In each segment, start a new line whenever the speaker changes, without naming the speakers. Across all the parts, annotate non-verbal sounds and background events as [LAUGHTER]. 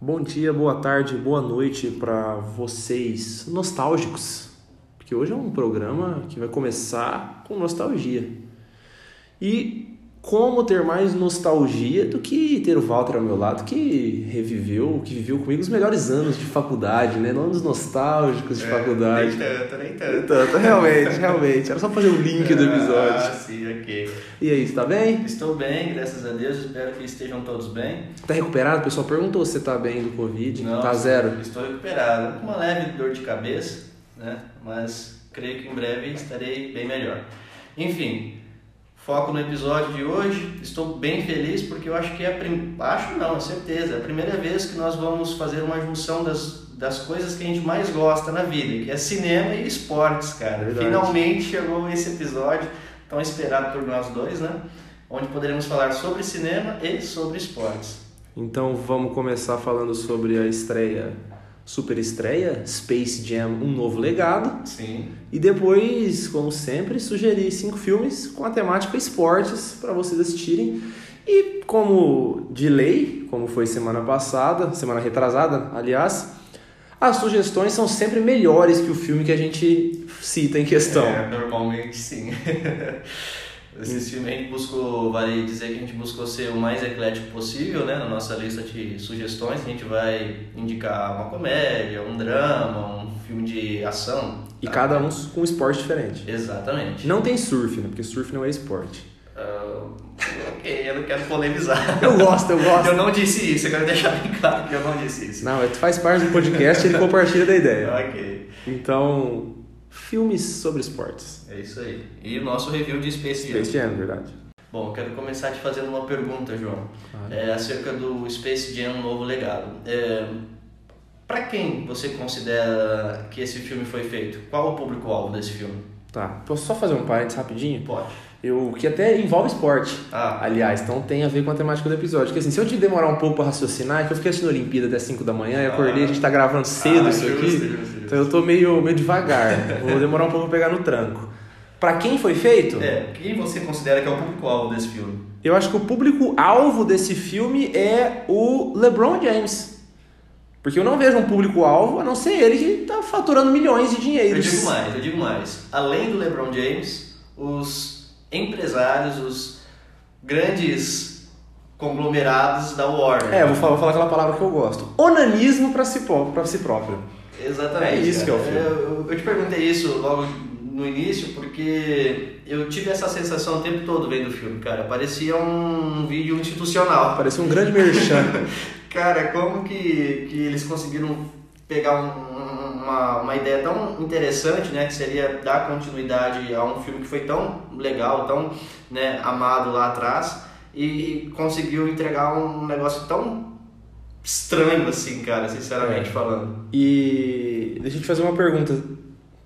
Bom dia, boa tarde, boa noite para vocês nostálgicos, porque hoje é um programa que vai começar com nostalgia. E como ter mais nostalgia do que ter o Walter ao meu lado, que reviveu, que viveu comigo os melhores anos de faculdade, né? Não anos nostálgicos de faculdade.
Nem tanto, É, nem tanto.
Tanto, [LAUGHS] realmente, realmente. Era só fazer o link do
Ah,
episódio.
sim, ok.
E aí, você tá bem?
Estou bem, graças a Deus. Espero que estejam todos bem.
Tá recuperado? O pessoal perguntou se você tá bem do Covid.
Não,
tá zero?
Estou recuperado. com Uma leve dor de cabeça, né? Mas creio que em breve estarei bem melhor. Enfim, foco no episódio de hoje. Estou bem feliz porque eu acho que é a prim... acho não, é certeza, é a primeira vez que nós vamos fazer uma junção das das coisas que a gente mais gosta na vida, que é cinema e esportes, cara.
Verdade.
Finalmente chegou esse episódio tão esperado por nós dois, né? Onde poderemos falar sobre cinema e sobre esportes.
Então vamos começar falando sobre a estreia, super estreia, Space Jam, um novo legado.
Sim.
E depois, como sempre, sugeri cinco filmes com a temática esportes para vocês assistirem. E como de lei, como foi semana passada, semana retrasada, aliás, as sugestões são sempre melhores que o filme que a gente cita em questão.
É, normalmente sim. Esse filme a gente buscou, vale dizer que a gente buscou ser o mais eclético possível, né? Na nossa lista de sugestões, a gente vai indicar uma comédia, um drama, um filme de ação.
E
tá?
cada um com um esporte diferente.
Exatamente.
Não tem surf, né? Porque surf não é esporte.
Ah, ok, eu não quero polemizar.
Eu gosto, eu gosto.
Eu não disse isso, eu quero deixar bem claro que eu não disse isso.
Não, tu faz parte do podcast e ele compartilha da ideia.
Ok,
Então, filmes sobre esportes.
é isso aí. E o nosso review de Space Jam.
Space Jam, verdade.
Bom, eu quero começar te fazendo uma pergunta, João.
Claro.
É, acerca do Space Jam Um Novo Legado. É, para quem você considera que esse filme foi feito? Qual o público-alvo desse filme?
Tá, posso só fazer um parênteses rapidinho?
Pode.
Eu, que até envolve esporte.
Ah,
Aliás, então tem a ver com a temática do episódio. Porque assim, se eu te demorar um pouco pra raciocinar, é que eu fiquei assistindo a Olimpíada até 5 da manhã, e acordei, a gente tá gravando cedo
ah,
isso
justo,
aqui.
justo, justo.
Então eu tô meio, meio devagar. Vou demorar um pouco pra pegar no tranco. Pra quem foi feito?
É, quem você considera que é o público-alvo desse filme?
Eu acho que o público-alvo desse filme é o LeBron James. Porque eu não vejo um público-alvo, a não ser ele que tá faturando milhões de
Eu
dinheiros.
digo mais, eu digo mais. Além do LeBron James, os empresários, os grandes conglomerados da Warner.
É, vou falar, vou falar aquela palavra que eu gosto. Onanismo pra si, pró- pra si próprio.
Exatamente.
É isso que é o
cara.
filme.
Eu, eu te perguntei isso logo no início porque eu tive essa sensação o tempo todo vendo o filme, cara. Parecia um vídeo institucional.
Parecia um grande
[LAUGHS]
merchan.
Cara, como que, que eles conseguiram pegar um- uma, uma ideia tão interessante, né? Que seria dar continuidade a um filme que foi tão legal, tão né, amado lá atrás e conseguiu entregar um negócio tão estranho assim, cara, sinceramente
É.
falando.
e deixa eu te fazer uma pergunta.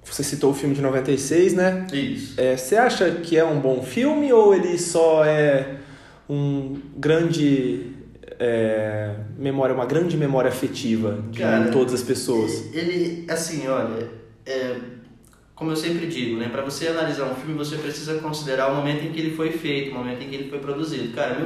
Você citou o filme de 96, né?
Isso.
É, você acha que é um bom filme ou ele só é um grande... é, memória, uma grande memória afetiva de
Cara,
todas as pessoas?
Ele, assim, olha, é, como eu sempre digo, né? Para você analisar um filme, você precisa considerar o momento em que ele foi feito, o momento em que ele foi produzido. Cara,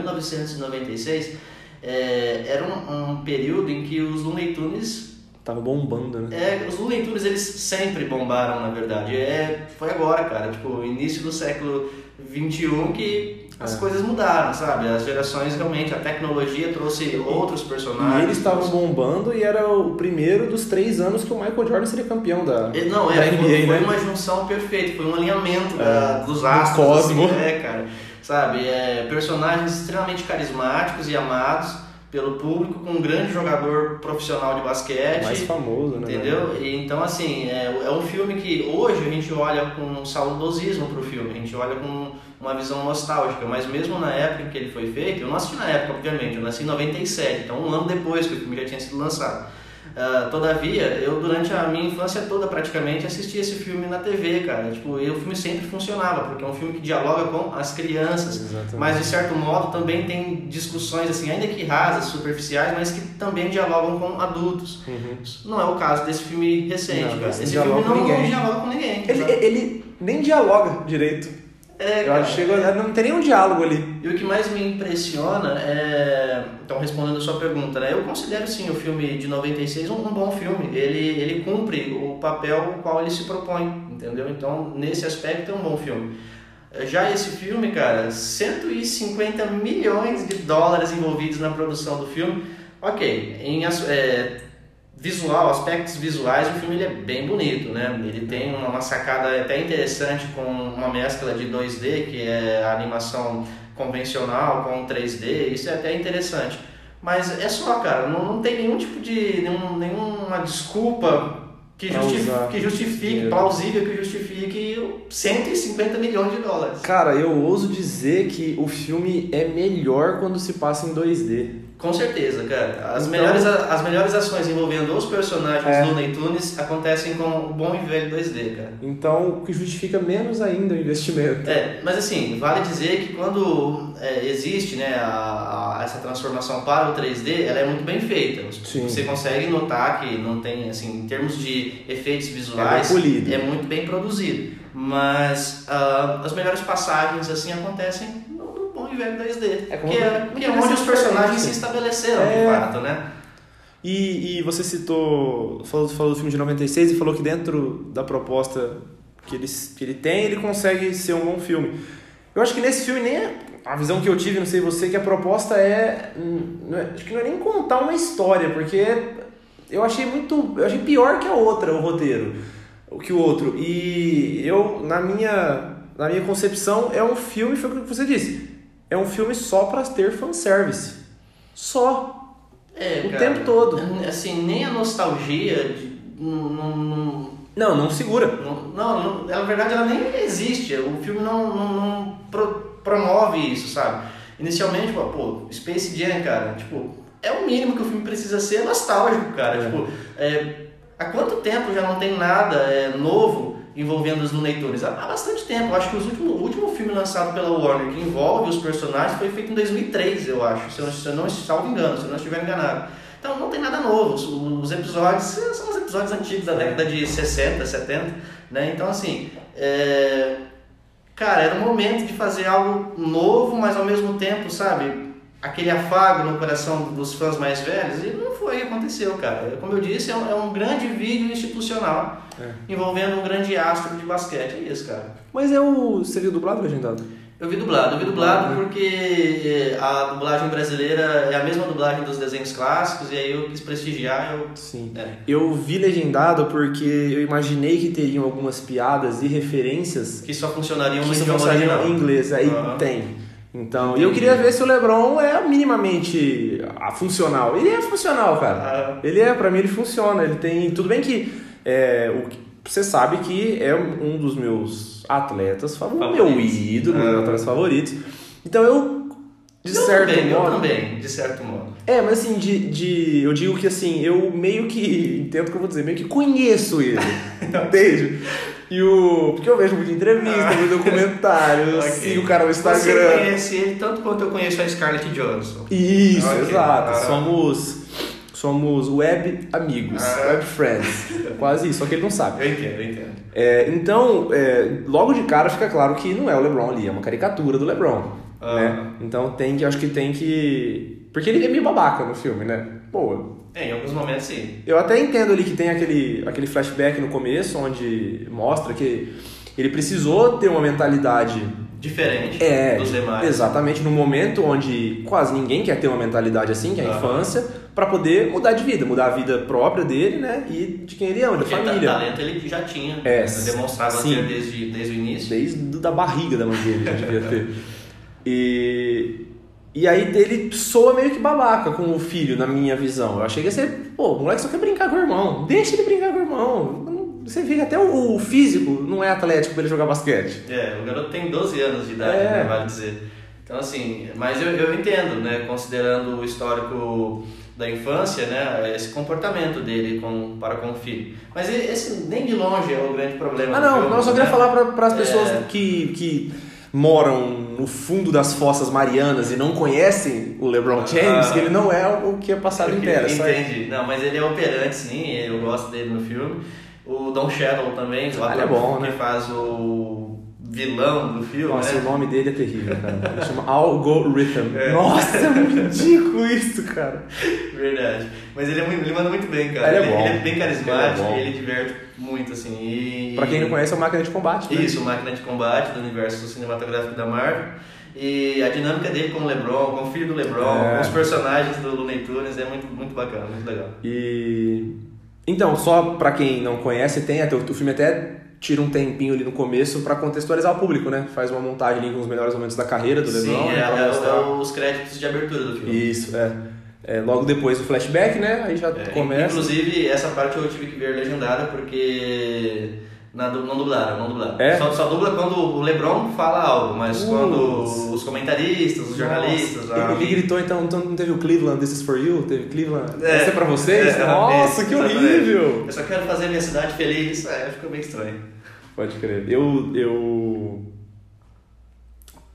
1996 é, era um, um período em que os Looney Tunes
Tava bombando, né?
é, os Looney Tunes, eles sempre bombaram, na verdade. É, foi agora, cara. Tipo, início do século XXI que as
É.
coisas mudaram, sabe? As gerações realmente, a tecnologia trouxe outros personagens.
E eles estavam
trouxe-
bombando e era o primeiro dos três anos que o Michael Jordan seria campeão da,
Ele- Não,
da
é,
NBA,
foi, foi
né? É,
uma junção perfeita, foi um alinhamento da- dos
do
astros.
cosmo.
assim, é, cara. Sabe, é, personagens extremamente carismáticos e amados pelo público, com um grande jogador profissional de basquete.
Mais famoso, né?
Entendeu? E, então, assim, é, é um filme que hoje a gente olha com um saudosismo pro filme, a gente olha com uma visão nostálgica, mas mesmo na época em que ele foi feito, eu não assisti na época, obviamente, eu nasci em 97, então um ano depois que o filme já tinha sido lançado. Ah, todavia, eu durante a minha infância toda praticamente assisti esse filme na TV, cara. Tipo, e o filme sempre funcionava, porque é um filme que dialoga com as crianças,
Exatamente.
mas de certo modo também tem discussões, assim, ainda que rasas, superficiais, mas que também dialogam com adultos.
Uhum.
Não é o caso desse filme recente,
Não,
cara.
esse
Esse
não
filme
dialoga com
não,
ninguém.
não dialoga com ninguém.
Ele,
sabe?
ele nem dialoga direito.
É,
eu
cara,
acho que chegou- não tem nenhum diálogo ali.
E o que mais me impressiona é. Então, respondendo a sua pergunta, né? Eu considero sim o filme de 96 um, um bom filme. Ele, ele cumpre o papel o qual ele se propõe, entendeu? Então, nesse aspecto, é um bom filme. Já esse filme, cara, 150 milhões de dólares envolvidos na produção do filme. Ok, em as- é, visual, aspectos visuais, o filme ele é bem bonito, né? Ele tem uma, uma sacada até interessante com uma mescla de 2D, que é a animação convencional com 3D, isso é até interessante. Mas é só, cara, não, não tem nenhum tipo de. Nenhum, nenhuma desculpa que,
Pra
justi-
usar
que justifique,
dinheiro.
plausível que justifique o 150 milhões de dólares.
Cara, eu ouso dizer que o filme é melhor quando se passa em 2D.
Com certeza, cara. As,
Então-
melhores, as melhores ações envolvendo os personagens
É.
do Looney Tunes acontecem com o bom e velho 2D, cara.
Então, o que justifica menos ainda o investimento.
É, mas assim, vale dizer que quando é, existe né, a- a- essa transformação para o 3D, ela é muito bem feita.
Sim.
Você consegue notar que não tem, assim, em termos de efeitos visuais,
polido.
é muito bem produzido. Mas ah, as melhores passagens assim acontecem no, no bom e velho 2D.
É como-
que é, que é onde os personagens se estabeleceram,
É.
de fato, né?
E, e você citou, falou, falou do filme de 96 e falou que dentro da proposta que ele, que ele tem, ele consegue ser um bom filme. Eu acho que nesse filme nem é, a visão que eu tive, não sei você, que a proposta é, hum, não é- acho que não é nem contar uma história, porque eu achei muito, eu achei pior que a outra o roteiro, o que o outro. E eu na minha na minha concepção é um filme, foi o que você disse. É um filme só pra ter fanservice. Só.
É,
O
cara,
tempo todo.
Assim, nem a nostalgia de- não- não- não-
Não, não segura.
não, não, não- na verdade ela nem existe. O filme não, não, não pro- promove isso, sabe? Inicialmente, pô, pô, Space Jam, cara, tipo, é o mínimo que o filme precisa ser é nostálgico, cara.
É.
Tipo, é, há quanto tempo já não tem nada é, novo envolvendo os Looney Tunes? Há há bastante tempo. Eu acho que os último- o último filme lançado pela Warner que envolve os personagens foi feito em 2003, eu acho. Se eu, se eu não salvo engano, se eu não estiver enganado. Então não tem nada novo. Os, os episódios são os episódios antigos da década de 60, 70, né? Então assim, é, cara, era o momento de fazer algo novo, mas ao mesmo tempo, sabe? Aquele afago no coração dos fãs mais velhos, e não foi, aconteceu, cara. Como eu disse, é um, é um grande vídeo institucional
É.
envolvendo um grande astro de basquete. É isso, cara.
Mas é o. Você viu dublado ou legendado?
Eu vi dublado, eu vi dublado
Uhum.
porque eh, a dublagem brasileira é a mesma dublagem dos desenhos clássicos, e aí eu quis prestigiar, eu.
Sim.
É.
Eu vi legendado porque eu imaginei que teriam algumas piadas e referências
Que só funcionariam
que
no
só
idioma
funcionariam
original.
em inglês. Aí
Aham.
tem. Então, e eu queria ver se o LeBron é minimamente ah, funcional. Ele é funcional, cara. Ele é, pra mim, ele funciona. Ele tem. Tudo bem que. é, o que- você sabe que é um dos meus atletas favoritos. Meu
Favoritos. Ah.
ídolo, meus atletas favoritos. Então eu, de
eu
certo
também,
modo.
Eu também, de certo modo.
É, mas assim, de, de. Eu digo que assim, eu meio que. Entendo o que eu vou dizer, meio que conheço
[LAUGHS]
ele. Entende? E o. Porque eu vejo muita entrevista, muito documentário, eu
[LAUGHS] Ok.
sigo o cara no
Você é
Instagram.
conhece ele tanto quanto eu conheço a Scarlett Johansson.
Isso,
Ok.
exato.
Ah.
Somos. Somos web amigos,
Ah.
web friends. Quase isso, só que ele não sabe.
Eu entendo, eu entendo.
É, então, é, logo de cara fica claro que não é o LeBron ali, é uma caricatura do LeBron.
Ah.
Né? Então tem que. Acho que tem que. Porque ele é meio babaca no filme, né? Pô,
É, em alguns momentos sim.
Eu até entendo ali que tem aquele, aquele flashback no começo, onde mostra que ele precisou ter uma mentalidade.
Diferente
É,
dos demais.
exatamente no momento onde quase ninguém quer ter uma mentalidade assim, que é a
Aham.
infância, pra poder mudar de vida, mudar a vida própria dele, né? E de quem ele ama, da
Porque tá- ta-
família.
talento ele já tinha. né?
É,
demonstrava
sim.
ter desde, desde o início.
Desde do- da barriga da mãe dele, já devia ter. E, e aí ele soa meio que babaca com o filho, na minha visão. Eu achei que ia ser, pô, o moleque só quer brincar com o irmão. Deixa ele brincar com o irmão. Não- Você vê que até o, o físico não é atlético pra ele jogar basquete.
É, o garoto tem 12 anos de idade,
É.
né, vale dizer. Então, assim, mas eu, eu entendo, né, considerando o histórico da infância, né, esse comportamento dele com, para com o filho. Mas e- esse nem de longe é o grande problema.
Ah,
do
não,
filme,
não eu só queria
né?
falar pra- pras pessoas
É.
que, que moram no fundo das fossas marianas e não conhecem o LeBron James,
Ah.
que ele não é o que é passado
Porque-
inteiro. é só-
Entendi. Não, mas ele é operante, sim, eu gosto dele no filme. O Don Shadow também, o
Ah, ele
ator
é bom,
que
né?
faz o vilão do filme,
Nossa,
né?
o nome dele é terrível, cara.
[LAUGHS]
Ele chama Algorithm.
É.
Nossa, é muito ridículo isso, cara.
Verdade. Mas ele, é muito, ele manda muito bem, cara.
Ele é bom.
bem
Ele
carismático
é bom.
e ele diverte muito, assim. E...
Pra quem não conhece, é uma máquina de combate. né?
Isso, Máquina de Combate do universo cinematográfico da Marvel. E a dinâmica dele com o LeBron, com o filho do LeBron,
É.
com os personagens do Looney Tunes é muito, muito bacana, muito legal.
E então, só pra quem não conhece, tem até o o filme até tira um tempinho ali no começo pra contextualizar o público, né? Faz uma montagem ali com os melhores momentos da carreira do LeBron,
Sim, é,
né? Pra
é-
mostrar.
é os créditos de abertura do filme.
Isso, é. É, logo depois do flashback, né? Aí já
É,
começa.
Inclusive, essa parte eu tive que ver legendada porque na du- não dublaram, não dublaram.
É?
Só, só dubla quando o LeBron fala algo, mas
Putz.
quando os comentaristas, os jornalistas...
Nossa,
lá,
ele, ele gritou então, então não teve o Cleveland, this is for you, teve Cleveland,
É.
isso é pra vocês?
É,
Nossa, que
exatamente.
horrível!
Eu só quero fazer minha cidade feliz. É, ficou meio estranho.
Pode crer. Eu, eu...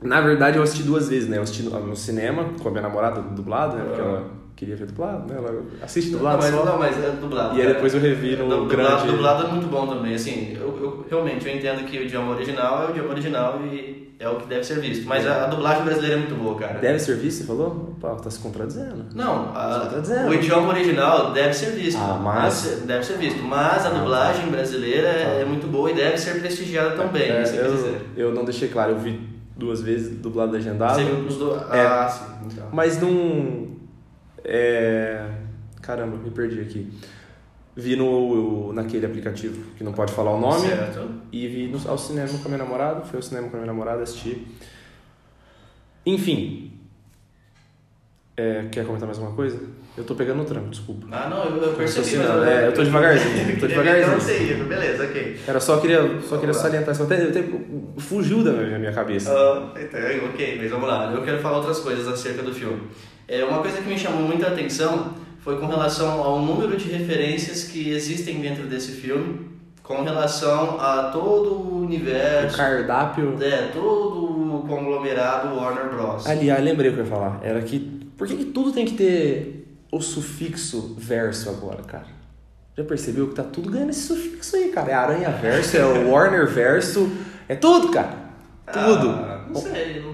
Na verdade, eu assisti duas vezes, né? Eu assisti no, no cinema com a minha namorada dublado, né? Porque
Ah.
ela queria ver dublado, né? Ela assiste
não,
dublado
mas,
só.
não, mas é dublado.
E aí
cara.
depois eu revi no
Du-
grande...
dublado, dublado é muito bom também. Assim, eu, eu- realmente eu entendo que o idioma original é o idioma original e é o que deve ser visto. Mas a, a dublagem brasileira é muito boa, cara.
Deve servir, você falou? Pô, tá se contradizendo.
Não, a-
Isso que eu tô Ah, tá dizendo.
o idioma original deve ser visto.
Ah, mas- Ah, tá.
Deve ser- Deve ser visto. Mas a dublagem brasileira é, é muito boa e deve ser prestigiada também.
É,
isso que eu quis dizer.
eu, eu não deixei claro, eu vi duas vezes dublado legendado.
Você viu os do...
É.
Ah, sim. Então.
Mas não. É. Caramba, me perdi aqui. Vi no, naquele aplicativo que não pode falar o nome.
Certo.
E vi no, ao cinema com a minha namorada. Fui ao cinema com a minha namorada assistir. Enfim. É, quer comentar mais alguma coisa? Eu tô pegando o tranco, desculpa.
Ah, não, eu, eu
Eu tô
percebi.
assinando,
mas
é, eu tô
[LAUGHS]
devagarzinho, eu tô devagarzinho.
Então, sim, beleza, ok.
Era só queria, só queria
Vamos lá.
salientar isso. Até, até fugiu da minha minha cabeça.
Ah, então, ok, mas vamos lá. Eu quero falar outras coisas acerca do filme. É, uma coisa que me chamou muita atenção foi com relação ao número de referências que existem dentro desse filme, com relação a todo o
O
universo,
cardápio.
é, todo o conglomerado Warner Bros.
Aliás, ah, lembrei o que eu ia falar. Era que. Por que, que tudo tem que ter o sufixo verso agora, cara? Já percebeu que tá tudo ganhando esse sufixo aí, cara? É aranha verso, é o Warner verso, é tudo, cara. Tudo.
Ah, não sei, não,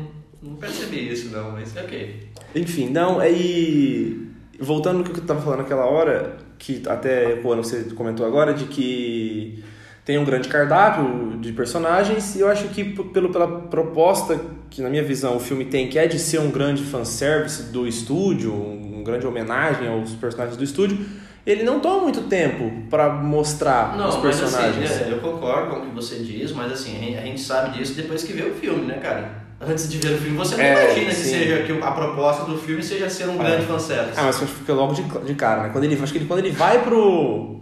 não percebi isso não, mas ok.
Enfim, não, aí. Voltando no que eu tava falando naquela hora, que até quando você comentou agora, de que tem um grande cardápio de personagens, e eu acho que p- pelo, pela proposta que, na minha visão, o filme tem, que é de ser um grande fanservice do estúdio, um um grande homenagem aos personagens do estúdio, ele não toma muito tempo pra mostrar
Não,
os
mas
personagens.
assim, é, eu concordo com o que você diz, mas assim, a gente- a gente sabe disso depois que vê o filme, né, cara? Antes de ver o filme, você não
É,
imagina que,
sim.
seja, que a proposta do filme seja ser um
Ah.
grande fanservice.
Ah, mas acho que fica logo de, de cara, né? Quando ele, acho que ele, quando ele vai pro,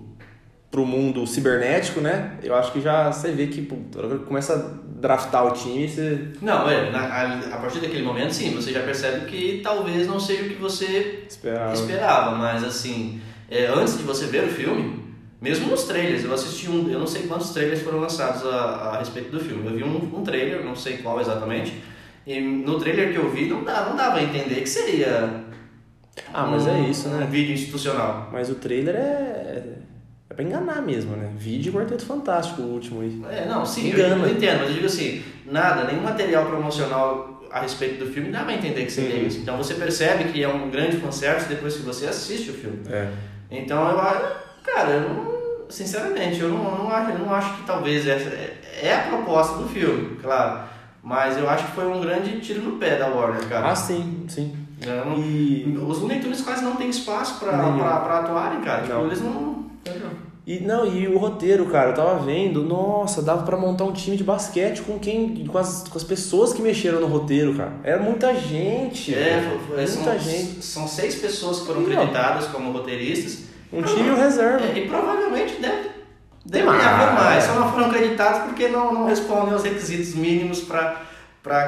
pro mundo cibernético, né? Eu acho que já você vê que puta, agora começa a draftar o time e você
Não, é, na- a, a partir daquele momento, sim, você já percebe que talvez não seja o que você
espera.
esperava, mas assim, é, antes de você ver o filme, mesmo nos trailers, eu assisti um, eu não sei quantos trailers foram lançados a, a respeito do filme. Eu vi um, um trailer, não sei qual exatamente, e no trailer que eu vi não dava, não dava a entender que seria
Ah, mas
um-
é isso, né?
Um vídeo institucional.
Mas o trailer é. É pra enganar mesmo, né? Vídeo e Quarteto Fantástico, o último aí.
É, não, sim,
Engana.
eu entendo, mas eu digo assim, nada, nenhum material promocional a respeito do filme dá pra entender que seria
Sim.
isso. Então você percebe que é um grande fanservice depois que você assiste o filme.
É.
Então eu acho, cara, eu não, sinceramente, eu não, eu não, acho, eu não acho que talvez essa é, é a proposta do filme, claro. Mas eu acho que foi um grande tiro no pé da Warner, cara.
Ah, sim, sim.
Eu não-
E.
os Looney Tunes quase não tem espaço pra,
Nenhum.
pra, pra atuarem, cara. Tipo,
Não.
eles não.
E não, e o roteiro, cara, eu tava vendo, nossa, dava pra montar um time de basquete com quem, com as, com as pessoas que mexeram no roteiro, cara. Era muita gente.
É, foi- foi-
muita
são,
gente.
são seis pessoas que foram
Ih, ó.
creditadas como roteiristas.
Um time e um reserva.
É, e provavelmente deve, deve
mais.
haver mais,
é.
só não foram creditados porque não, não respondem aos requisitos mínimos para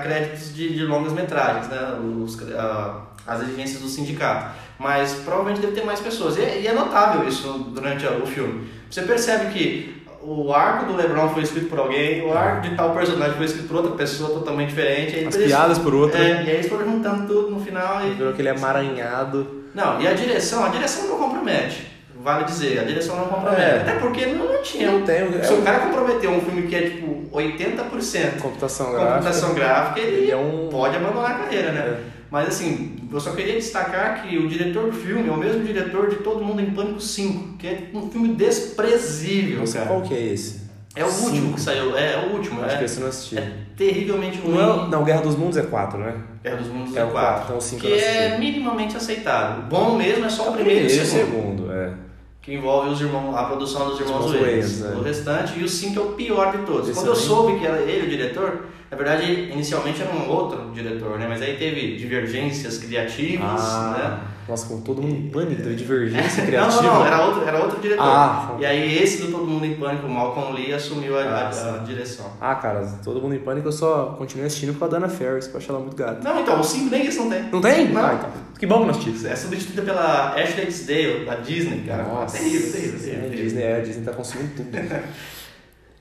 créditos de, de longas metragens, né? Os- a- as exigências do sindicato. Mas provavelmente deve ter mais pessoas. E, e é notável isso durante o filme. Você percebe que o arco do Lebron foi escrito por alguém, o arco de tal personagem foi escrito por outra pessoa totalmente diferente. aí
É. As
eles-
piadas por né? outra.
É, e aí eles foram juntando tudo no final e
Virou aquele é amaranhado.
não, e a direção, a direção não compromete. vale dizer, a direção não compromete.
É.
Até porque não tinha.
Não tem, é
Se
um-
o cara comprometeu um filme que é tipo 80%
Computação gráfica.
computação gráfica, ele
Ele é um. É.
pode abandonar a carreira, né? Mas assim, eu só queria destacar que o diretor do filme é o mesmo diretor de Todo Mundo em Pânico 5, que é um filme desprezível,
Nossa,
cara.
qual que é esse?
É o
Cinco.
último que saiu, é, é o último,
Acho que
é,
esse eu não assisti.
é terrivelmente ruim.
Não, é o- não, Guerra dos Mundos é 4, né?
Guerra dos Mundos
É
é
o
4,
quatro, é o cinco eu
que
não assisti.
é minimamente aceitável. Bom mesmo é só o primeiro e o
Esse
segundo.
segundo, é.
que envolve os irmãos, a produção dos irmãos
Irmãos Wayans,
Wayans.
né?
O restante, e o 5 é o pior de todos.
Esse
Quando eu
também.
soube que era ele o diretor, na verdade, inicialmente era um outro diretor, né? Mas aí teve divergências criativas, né?
Nossa, como todo mundo em pânico, teve divergência
[LAUGHS]
Ah,
Não,
criativa.
não, não, era outro, era outro diretor.
Ah,
e aí esse do Todo Mundo em Pânico, o Malcolm Lee, assumiu a, a-
Ah, sim.
a direção.
Ah, cara, todo mundo em pânico, eu só continuei assistindo por causa da Ana Ferris, que eu acho ela muito gata.
Não, então, o 5 nem isso não tem.
Não tem?
Não.
Ah, então. Que bom que nós assistimos.
É substituída pela Ashley Tisdale, da Disney, cara. terrível, terrível,
é,
terrível.
Disney, é, a Disney tá consumindo tudo.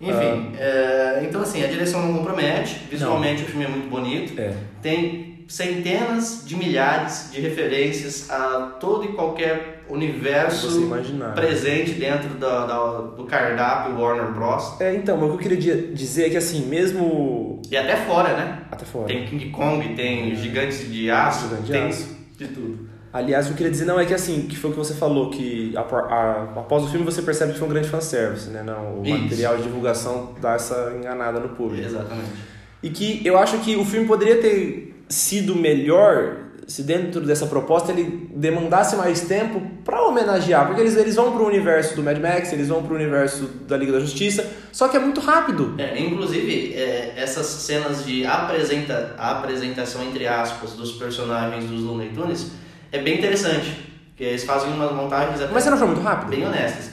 Enfim,
Ah.
é, então assim, a direção não compromete, visualmente o filme é muito bonito.
é.
tem centenas de milhares de referências a todo e qualquer É
Você
universo
imaginar.
presente dentro da, da- do cardápio Warner Bros.
É, então, mas o que eu queria di- dizer é que assim, mesmo.
E até fora, né?
Até fora.
Tem King Kong, tem Gigantes de Aço,
Gigante de
tem
aço.
de tudo.
Aliás, o que eu queria dizer não é que assim, que foi o que você falou, que apor- a- após o filme você percebe que foi um grande fanservice, né? Não, o
Isso.
material de divulgação dá essa enganada no público.
Exatamente.
E que eu acho que o filme poderia ter sido melhor se dentro dessa proposta ele demandasse mais tempo pra homenagear, porque eles, eles vão pro universo do Mad Max, eles vão pro universo da Liga da Justiça, só que é muito rápido.
É, inclusive, é, essas cenas de apresenta, apresentação, entre aspas, dos personagens dos Looney Tunes é bem interessante. Porque eles fazem umas montagens até
Mas você não achou muito rápido?
bem honestas.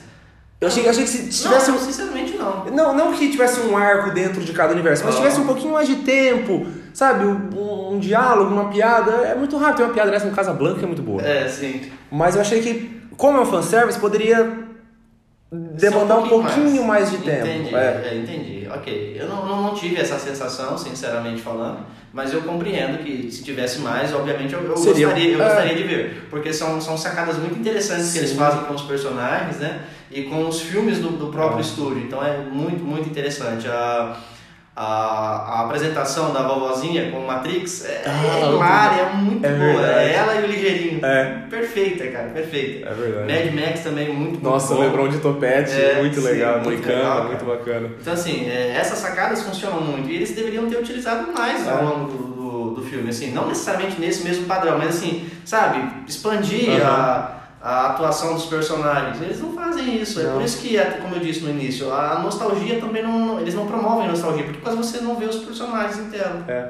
Eu achei, eu achei que se tivesse
não,
um.
sinceramente não.
Não, não que tivesse um arco dentro de cada universo, mas
Ah.
tivesse um pouquinho mais de tempo, sabe? Um, um diálogo, uma piada. É muito rápido, tem uma piada dessa no Casa Blanca é muito boa.
É, sim.
Mas eu achei que, como é um fanservice, poderia demandar um pouquinho, mais. de tempo.
Entendi,
É.
é, entendi. Ok. Eu não, não, não tive essa sensação, sinceramente falando, mas eu compreendo que se tivesse mais, obviamente eu, eu
Seria-
gostaria, eu
é.
gostaria de ver. Porque são, são sacadas muito interessantes que eles
Sim.
fazem com os personagens, né? E com os filmes do, do próprio estúdio. Então é muito, muito interessante. A, a, a apresentação da vovozinha com Matrix é,
Ah,
é hilária, é muito
é
boa.
verdade.
É ela e o Ligeirinho.
É.
Perfeita, cara, perfeita.
É verdade.
Mad Max também, muito, muito
Nossa, o
bom.
Lebron de topete,
É,
muito
sim,
legal,
muito
muito bacana,
legal, cara.
muito bacana.
Então, assim, é, essas sacadas funcionam muito e eles deveriam ter utilizado mais
É.
ao longo do, do, do filme. Assim, não necessariamente nesse mesmo padrão, mas, assim, sabe, expandir
Aham.
a, a atuação dos personagens. Eles não fazem isso. É
Não.
por isso que, é, como eu disse no início, a nostalgia também não. não- Eles não promovem nostalgia, porque quase você não vê os personagens em tela.
É.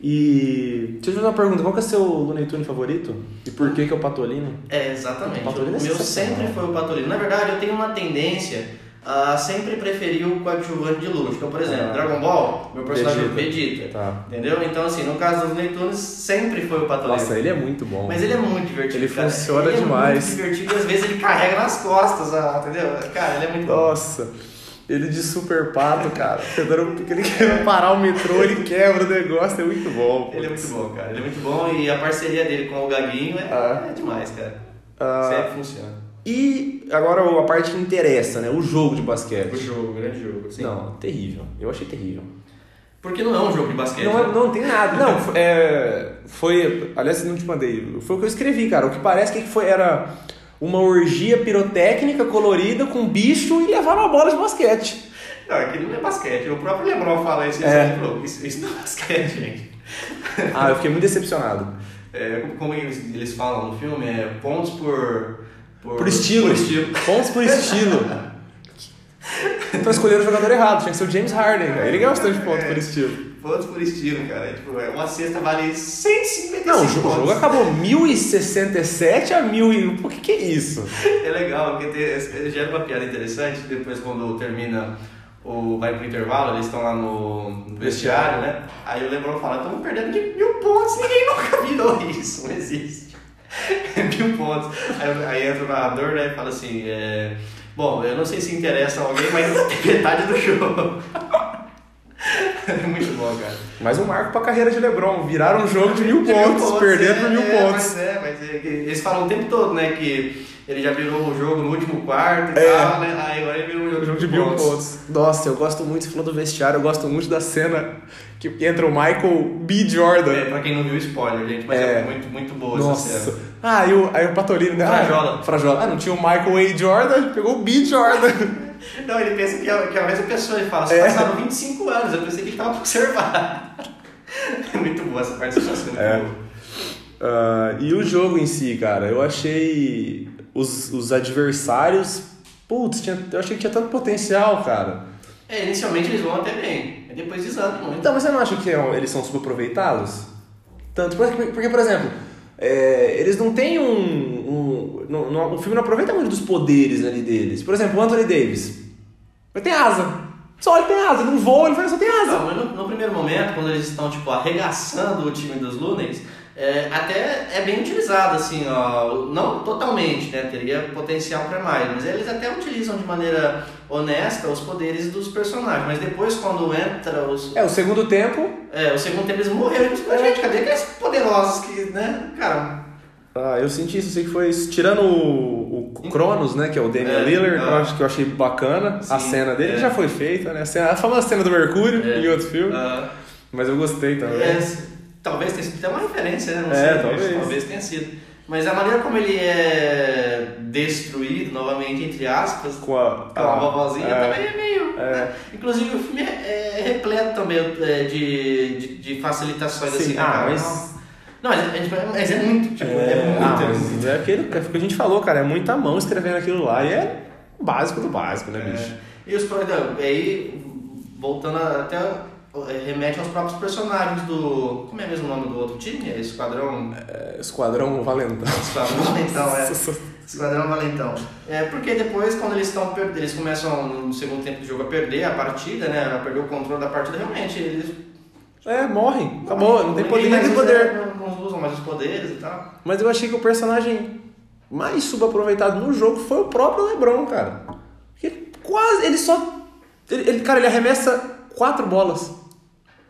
E deixa eu te fazer uma pergunta, qual que é seu Looney Tunes favorito? E por que que é o Patolino?
É, exatamente.
O Patolino é
o meu
sensacional.
sempre foi o Patolino. Na verdade, eu tenho uma tendência. a sempre preferir o coadjuvante de luxo. Então, por exemplo,
Ah.
Dragon Ball, meu personagem é o Vegeta.
Tá.
Entendeu? Então, assim, no caso dos Neptunes, sempre foi o Patolino.
Nossa, ele é muito bom.
Mas ele é muito divertido.
Ele
cara.
funciona
ele
demais.
É muito divertido e às vezes ele carrega nas costas, ah, entendeu? Cara, ele é muito bom.
Nossa, ele de super pato, cara. Tá Tentando- porque ele quer parar o metrô, ele quebra o negócio, é muito bom.
Ele é muito bom, cara. Ele é muito bom e a parceria dele com o Gaguinho é,
Ah.
é demais, cara.
Ah.
Sempre funciona.
E agora a parte que interessa, né? O jogo de basquete.
O É jogo, grande jogo. Sim.
Não, terrível. Eu achei terrível.
Porque não é um jogo de basquete.
Não, é-
né?
não tem nada. Não, foi- é, foi. Aliás, não te mandei. Foi o que eu escrevi, cara. O que parece que foi era uma orgia pirotécnica colorida com bicho e levaram a bola de basquete.
Não, aquilo não é basquete. O próprio Lebron fala isso.
É.
Ele falou, isso, isso não é basquete, gente.
Ah, eu fiquei muito decepcionado.
É, como- como eles, eles falam no filme, é pontos por...
Por estilo.
Por estilo.
Pontos por estilo. Então escolheram o jogador errado, tinha que ser o James Harden. cara. Ele ganhou bastante pontos por estilo.
Pontos por estilo, cara. É, tipo, é uma cesta vale 155
Não, o jogo, o
pontos.
jogo acabou 1067 a 1000 e... Por que que é isso?
É legal, porque tem, é- gera uma piada interessante. Depois, quando termina o vai pro intervalo, eles estão lá no no vestiário, né? Aí o Lebron fala: estamos perdendo de mil pontos, ninguém nunca virou isso, não existe. [LAUGHS] É mil pontos. Aí, aí entra o narrador né, e fala assim: é, [LAUGHS] Bom, eu não sei se interessa a alguém, mas metade do jogo. [LAUGHS] É muito bom, cara.
Mais um marco pra carreira de Lebron. Viraram um jogo de mil pontos, perdendo por mil
é,
pontos.
Mas é, mas é, que eles falam o tempo todo, né, que ele já virou um jogo no último quarto e
É.
tal, né? Aí agora ele virou um jogo
De mil pontos. Nossa, eu gosto muito, você falou do vestiário, eu gosto muito da cena que entra o Michael B. Jordan.
É, pra quem não viu, spoiler, gente, mas é,
É.
muito, muito boa essa
Nossa.
cena.
Ah, e o, aí o Patolino, né?
Frajola.
Ah, Frajola. Ah, não tinha o Michael A. Jordan, pegou o B. Jordan.
Não, ele pensa que é, que é a mesma pessoa, ele fala, se
É.
passaram 25 anos, eu pensei que ele tava observado. [LAUGHS] É muito boa essa parte, essa cena é
É.
muito boa.
Ah, e o jogo em si, cara, eu achei os, os adversários. Putz, tinha- eu achei que tinha tanto potencial, cara.
É, inicialmente eles vão até bem, aí depois né? desandam muito.
Então, mas você não acha que é um- eles são subaproveitados? Tanto porque, porque, por exemplo, é, eles não têm um. um- não- não- o filme não aproveita muito dos poderes ali deles. Por exemplo, o Anthony Davis. Ele tem asa. Só ele tem asa, ele não voa, ele faz- só tem asa.
Não, mas no, no primeiro momento, quando eles estão tipo arregaçando o time dos Lunens, é, até é bem utilizado assim, ó, não totalmente, né? Teria potencial para mais, mas eles até utilizam de maneira honesta os poderes dos personagens. Mas depois quando entra os,
É, o segundo tempo.
é, o segundo tempo eles morreram, eles falam, gente, cadê aqueles poderosos que, né? Cara,
Ah, eu senti isso, eu sei que foi. isso. Tirando o, o Cronos, né? Que é o Damian
É,
Lillard,
ah.
eu acho que eu achei bacana. a
Sim,
cena dele
é.
já foi feita, né? A cena, a famosa cena do Mercúrio
É.
em outro filme.
ah,
Mas eu gostei também.
é, talvez tenha sido até uma referência, né? Não
É,
sei,
talvez.
talvez tenha sido. Mas a maneira como ele é destruído, novamente, entre aspas,
Com a.
Aquela
a-
vovozinha
é.
também é meio. né? [LAUGHS] Inclusive o filme é, é repleto também é, de, de, de facilitações
Sim,
assim. né,
ah,
cara?
mas-
Não, mas é, tipo, é- mas é muito, tipo, é, muito.
ah,
é muito.
mas é aquele, é o que a gente falou, cara. É muita mão escrevendo aquilo lá. E é o básico do básico, né, bicho?
É. E os pro- não, aí, voltando a- até é, remete aos próprios personagens do. Como é mesmo o nome do outro time? É Esquadrão.
É, Esquadrão Valentão.
Esquadrão Valentão, é. Esquadrão Valentão. É, porque depois, quando eles estão per- eles começam no segundo tempo do jogo a perder a partida, né? A perder o controle da partida, realmente, eles
É, morrem. Acabou, não tem poder,
Ninguém
nem
mais
poder.
usa- Não, não usam mais os poderes e tal.
Mas eu achei que o personagem mais subaproveitado no jogo foi o próprio LeBron, cara. Porque Ele quase, ele só, ele, ele- cara, ele arremessa quatro bolas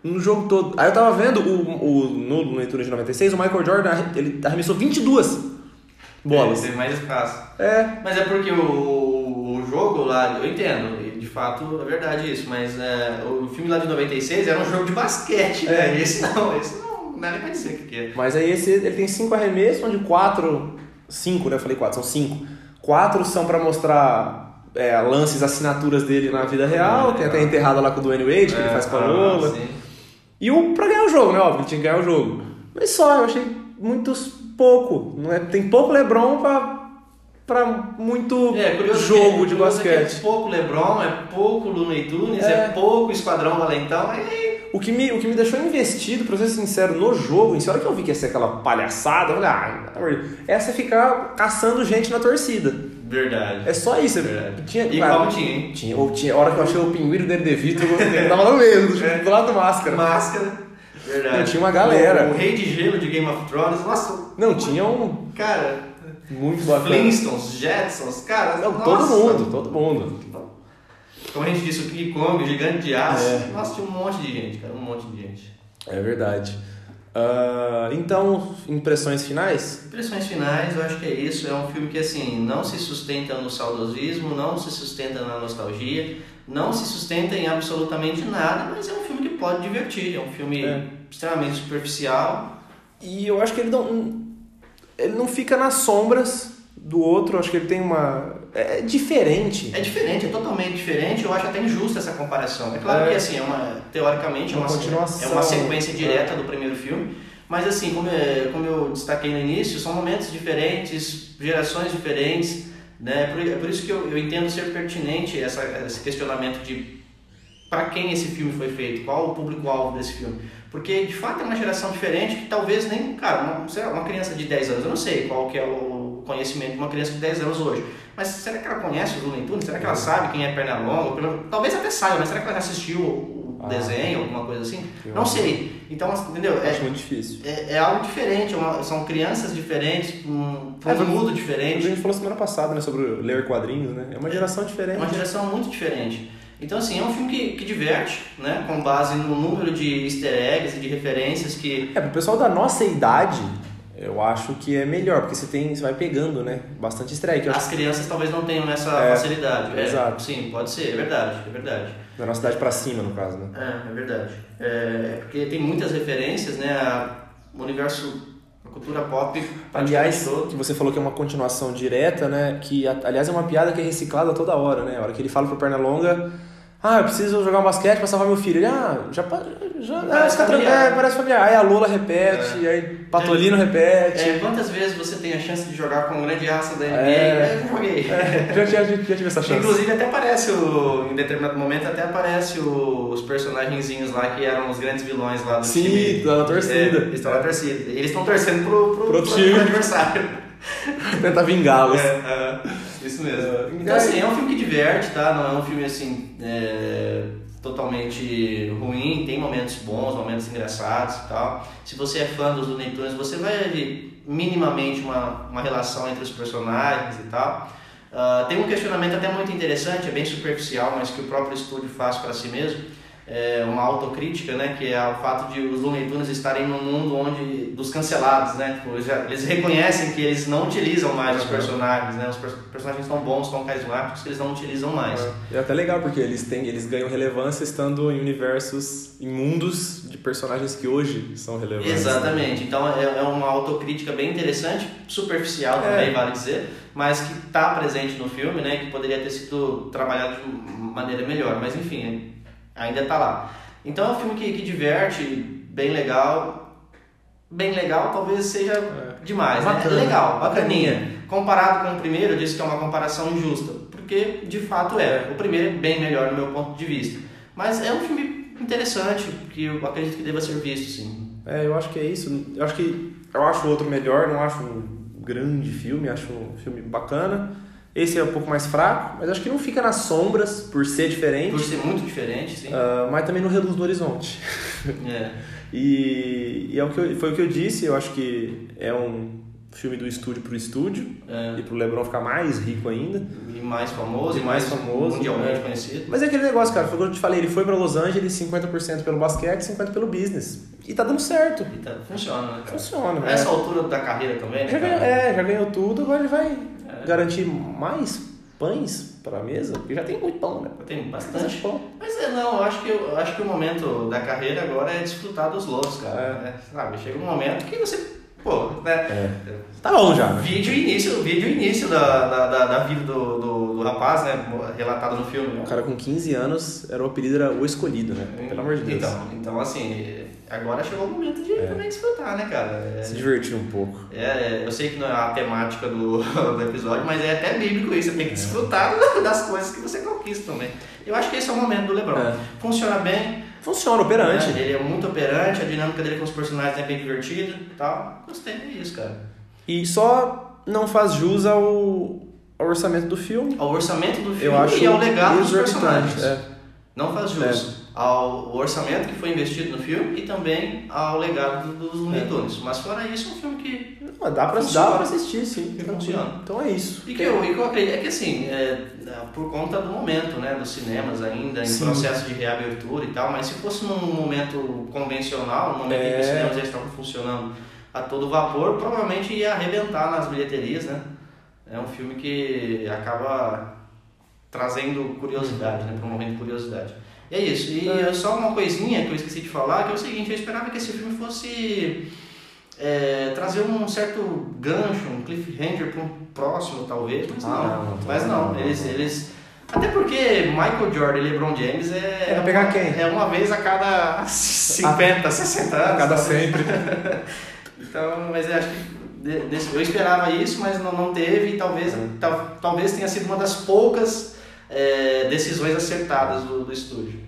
no jogo todo. Aí eu tava vendo o, o no no leitura de 96, o Michael Jordan, arre- ele arremessou 22 bolas.
É, tem mais espaço.
É,
Mas é porque o, o jogo lá, eu entendo, e de fato é verdade isso, mas é, o filme lá de 96 era um jogo de basquete,
É.
né? [LAUGHS] Esse não, esse não, não dá nem pra dizer o que que é.
mas aí esse ele tem cinco arremessos, onde quatro, cinco, né? Eu falei quatro, são cinco. Quatro são pra mostrar é, lances, assinaturas dele na vida real, tem até enterrada lá com o Dwayne Wade, que ele faz com a Lola.
Ah, sim.
E um pra ganhar o jogo, né? Óbvio, ele tinha que ganhar o jogo. Mas só, eu achei muito pouco. Não é, tem pouco Lebron pra, pra muito
É, curioso
jogo
que-
de
curioso que
basquete.
É pouco LeBron, é pouco Looney Tunes, é,
É.
pouco Esquadrão Valentão, é e
O, que me, o que me deixou investido, pra ser sincero, no jogo, em si, a hora que eu vi que ia ser aquela palhaçada, eu falei, ah, pelo amor de Deus. essa é ficar caçando gente na torcida.
Verdade.
É só isso.
Verdade.
Tinha,
E
cara,
como tinha, hein?
tinha, ou tinha, a hora que eu achei o pinguim do Danny DeVito, eu tava no mesmo, tipo,
É.
do lado do máscara.
Máscara. Verdade.
Não, tinha uma galera.
O, o Rei de Gelo de Game of Thrones, nossa,
Não, tinha um
cara,
muito bacana.
Flintstones, Jetsons, cara,
Não,
nossa.
todo mundo, todo mundo.
Como a gente disse, o King Kong, o gigante de aço.
É.
Nossa, tinha um monte de gente, cara, um monte de gente.
É verdade. Ah, então, impressões finais?
Impressões finais, eu acho que é isso. É um filme que, assim, não se sustenta no saudosismo, não se sustenta na nostalgia, não se sustenta em absolutamente nada, mas é um filme que pode divertir. É um filme
É.
extremamente superficial.
E eu acho que ele não, ele não fica nas sombras do outro, eu acho que ele tem uma. É diferente.
É diferente, é totalmente diferente. Eu acho até injusta essa comparação. É claro
É.
que, assim, é uma, teoricamente, é
Uma
uma, é
continuação. É.
uma sequência direta do primeiro filme. Mas, assim, como, é- como eu destaquei no início, são momentos diferentes, gerações diferentes. Né? Por, é por isso que eu, eu entendo ser pertinente essa, esse questionamento de para quem esse filme foi feito, qual o público-alvo desse filme. Porque, de fato, é uma geração diferente que talvez nem... Cara, uma, sei lá, uma criança de 10 anos, eu não sei qual que é o conhecimento de uma criança de 10 anos hoje. Mas será que ela conhece o Looney Tunes? Será que ela sabe quem é Pernalonga? Pelo- Talvez até saiba, mas será que ela já assistiu o
Ah.
desenho, alguma coisa assim?
Eu
Não
acho-
sei. Então, assim, entendeu?
Eu acho
É,
muito difícil.
é, é algo diferente, é uma- são crianças diferentes, um,
É,
um
mas-
mundo
A
diferente.
gente falou semana passada né, sobre ler quadrinhos, né? É uma geração
É
diferente.
uma geração muito diferente. Então, assim, é um filme que, que diverte, né? Com base no número de easter eggs e de referências que.
É, pro pessoal da nossa idade, eu acho que é melhor, porque você tem, você vai pegando, né? Bastante easter egg. Eu acho
As crianças talvez não tenham essa
É,
facilidade. É,
exato.
Sim, pode ser, é verdade, é verdade.
que da nossa idade pra cima, no caso, né?
É, é verdade. É, porque tem muitas referências, né? a- O universo, a cultura pop, praticamente
Aliás,
todo.
que você falou que é uma continuação direta, né? Que, a- aliás, é uma piada que é reciclada toda hora, né? A hora que ele fala pro Pernalonga, ah, eu preciso jogar um basquete pra salvar meu filho. Ele, ah, já... pa- já ah,
Parece
fica tranquilo,
familiar.
é, parece familiar. Aí a Lola repete, aí Patolino repete.
É, quantas vezes você tem a chance de jogar com um grande raça da NBA?
É.
É. Eu joguei.
[LAUGHS] já, tinha- já tive essa chance.
Inclusive até aparece o. Em determinado momento até aparece o- os personagenzinhos lá que eram os grandes vilões lá do
Sim,
time.
da torcida.
É, eles estão na torcida. Eles estão torcendo pro, pro,
Pro time.
adversário.
Tentar vingá-los.
É, é, isso mesmo. Então assim, é um filme que diverte, tá? Não é um filme assim. é, totalmente ruim, tem momentos bons, momentos engraçados e tal. Se você é fã dos Looney Tunes, você vai ver minimamente uma, uma relação entre os personagens e tal. Ah, tem um questionamento até muito interessante, é bem superficial, mas que o próprio estúdio faz para si mesmo, é uma autocrítica, né, que é o fato de os Looney Tunes estarem num mundo onde dos cancelados, né, tipo, eles já- eles reconhecem que eles não utilizam mais os personagens, né, os pers- personagens tão bons, tão carismáticos que eles não utilizam mais.
É até legal, porque eles, têm, eles ganham relevância estando em universos, em mundos de personagens que hoje são relevantes.
Exatamente, então é, é uma autocrítica bem interessante, superficial
É.
também, vale dizer, mas que está presente no filme, né? Que poderia ter sido trabalhado de uma maneira melhor, mas enfim, é, ainda está lá. Então é um filme que, que diverte, bem legal. Bem legal talvez seja demais,
É. Bacana.
né? Legal, bacaninha. Comparado com o primeiro, eu disse que é uma comparação injusta, porque de fato é. O primeiro é bem melhor no meu ponto de vista. Mas é um filme interessante, que eu acredito que deva ser visto, sim.
É, eu acho que é isso. Eu acho que eu acho o outro melhor, não acho um grande filme, acho um filme bacana. Esse é um pouco mais fraco, mas acho que não fica nas sombras por ser diferente,
Por ser muito diferente, sim.
ah, mas também não reduz no horizonte.
É.
E, e é o que eu- foi o que eu disse, eu acho que é um filme do estúdio pro estúdio
É.
e pro LeBron ficar mais rico ainda.
E mais famoso,
E mais famoso,
mundialmente
é.
conhecido.
Mas é aquele negócio, cara, foi o que eu te falei, ele foi pra Los Angeles 50% pelo basquete, 50% pelo business. E tá dando certo.
E tá- funciona, né, cara?
Funciona,
A Essa altura da carreira também, né,
Já ganhou,
cara? É.
é, já ganhou tudo, agora ele vai garantir mais pães pra mesa, porque já tem muito pão, né?
Tem bastante.
Bastante pão.
Mas é, não, eu acho que, eu acho que o momento da carreira agora é desfrutar dos louros, cara.
É.
né? Sabe, chega um momento que você, pô, né?
Tá bom já, né?
Vídeo início, vídeo início da, da, da, da vida do, do, do rapaz, né? Relatado no filme. né?
O cara com 15 anos era o apelido era o escolhido, né? Pelo amor de Deus. É.
Então, então assim, agora chegou o momento de também desfrutar, né, cara? É,
Se divertir um pouco.
É, eu sei que não é a temática do, [LAUGHS] do episódio, mas é até bíblico isso. Você tem que desfrutar [LAUGHS] das coisas que você conquista também. Eu acho que esse é o momento do LeBron.
É.
Funciona bem.
Funciona, operante.
né? Ele é muito operante, a dinâmica dele com os personagens é bem divertida e tal. Gostei, é isso, cara.
E só não faz jus ao, ao orçamento do filme.
O orçamento do
Eu
filme
acho
e ao legado dos
exorbitante,
personagens.
é.
Não faz jus ao orçamento que foi investido no filme e também ao legado dos Looney Tunes. Mas fora isso, é um filme que
Não, dá, pra,
Funciona.
dá pra assistir, sim.
E
tranquilo.
funciona.
Então é isso.
E que eu, e que eu acredito, é que assim, é, por conta do momento, né, dos cinemas ainda, em
Sim.
processo de reabertura e tal, mas se fosse num momento convencional, num momento em que
É.
os cinemas já estavam funcionando a todo vapor, provavelmente ia arrebentar nas bilheterias, né? É um filme que acaba trazendo curiosidade, né, promovendo curiosidade. E é isso, e
É.
só uma coisinha que eu esqueci de falar, que é o seguinte, eu esperava que esse filme fosse é, trazer um certo gancho, um cliffhanger para um próximo, talvez, mas
Ah,
não.
não, não,
mas
não,
não,
não,
eles,
não.
eles. Até porque Michael Jordan e LeBron James é.
É pra pegar quem?
É uma vez a cada 50, 60 anos.
Cada
talvez.
sempre.
Então, mas eu acho que. de- desse- Eu esperava isso, mas não, não teve, e talvez,
É.
tal- talvez tenha sido uma das poucas é, decisões acertadas do, do estúdio.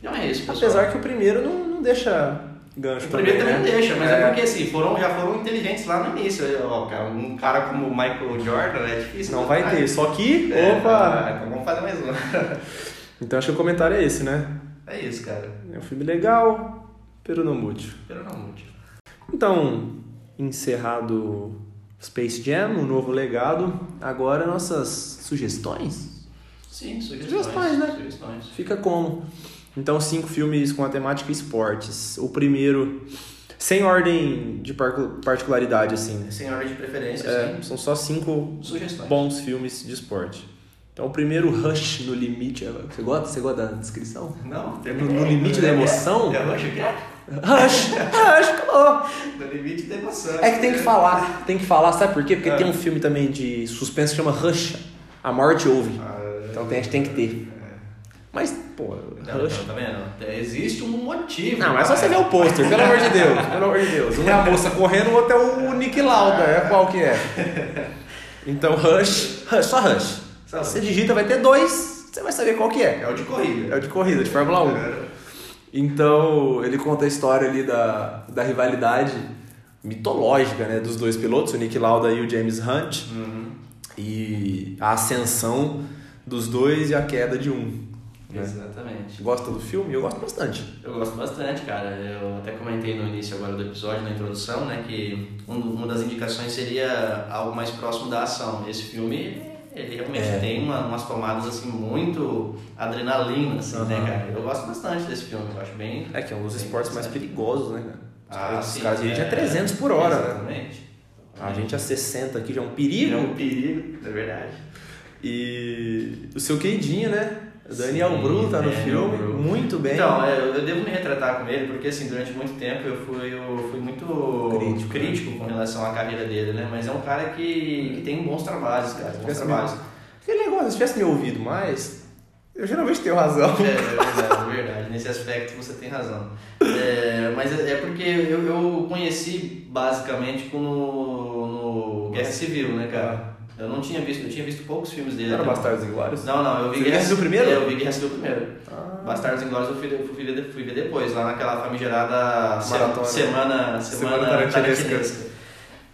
Então é isso, pessoal.
[LAUGHS] Apesar que o primeiro não, não deixa gancho.
O primeiro também
também
não
né?
deixa, mas é, porque assim, foram, já foram inteligentes lá no início. Ó, cara, um cara como o Michael Jordan é difícil.
Não vai ter. Só que.
É,
Opa!
ah, Então vamos fazer mais um. [LAUGHS]
Então acho que o comentário é esse, né?
É isso, cara.
É um filme legal, pero não muito.
Pelo não muito.
Então, encerrado um Space Jam, o novo legado, agora nossas sugestões.
Sim, sugestões.
Sugestões, né?
Sugestões.
Fica como? Então, cinco filmes com a temática esportes. O primeiro, sem ordem de parcu- particularidade, assim, né?
Sem ordem de preferência,
É,
sim.
são só cinco
Sugestões.
bons filmes de esporte. Então, o primeiro, Rush no Limite. Você gosta, você gosta da descrição?
Não,
No, no limite da emoção?
Eu acho que é.
Rush! Rush! acabou.
No limite da emoção.
É que tem que falar, tem que falar, sabe por quê? Porque
É.
tem um filme também de suspense que chama Rush. A morte ouve. Então tem, a gente tem que ter. Mas, pô,
Ah, é. Não,
Rush.
não, tá vendo? É, Existe um motivo. É.
Não, mas só
cara.
você vê o pôster, pelo amor de Deus, pelo amor de Deus. Um é a moça correndo, o outro é o Nick Lauda, é qual que é? Então Rush, Rush, só Rush.
Só
Você digita, vai ter dois, você vai saber qual que é.
É o de corrida.
É o de corrida, de Fórmula 1. Então, ele conta a história ali da, da rivalidade mitológica, né, dos dois pilotos, o Nick Lauda e o James Hunt,
Uhum.
e a ascensão dos dois e a queda de um. né?
Exatamente.
Gosta do filme? Eu gosto bastante.
Eu gosto bastante, cara. Eu até comentei no início agora do episódio, na introdução, né, que um- uma das indicações seria algo mais próximo da ação. Esse filme, ele realmente
É.
tem uma- umas tomadas, assim, muito adrenalina, assim, né,
Aham.
cara? Eu gosto bastante desse filme, eu acho bem...
É que é um dos
bem
esportes mais
interessante.
perigosos, né, cara? Os
Ah,
caras-
sim,
Os caras dirigem
é.
a 300 por hora, né?
Exatamente.
A gente a 60 aqui já é um
É
perigo.
um perigo, é verdade.
E o seu queidinho, né? Daniel
Sim,
Bru tá no
Daniel
filme,
Bru.
muito bem.
Então, é, eu eu devo me retratar com ele, porque assim, durante muito tempo eu fui, eu fui muito
Crítico. né?
crítico. com relação à carreira dele, né? Mas é um cara que, que tem bons trabalhos, cara. Bons
Tivesse
trabalhos.
Aquele negócio, se tivesse me ouvido mais, eu geralmente tenho razão.
É, é verdade, é verdade. Nesse aspecto você tem razão. É, mas é é porque eu, eu conheci basicamente tipo, no, no Guerra Civil, né,
tá.
cara? Eu não tinha visto, eu tinha visto poucos filmes dele.
Não era
até então.
Bastardos Inglórios?
Não, não, eu
tá-
vi
Você viu Guerra Civil primeiro?
É, eu vi Guerra Civil primeiro.
Ah.
Bastardos Inglórios eu fui, eu fui ver, fui ver depois, lá naquela famigerada se-
Maratona.
semana, semana,
Semana tarantinesca.
tarantinesca.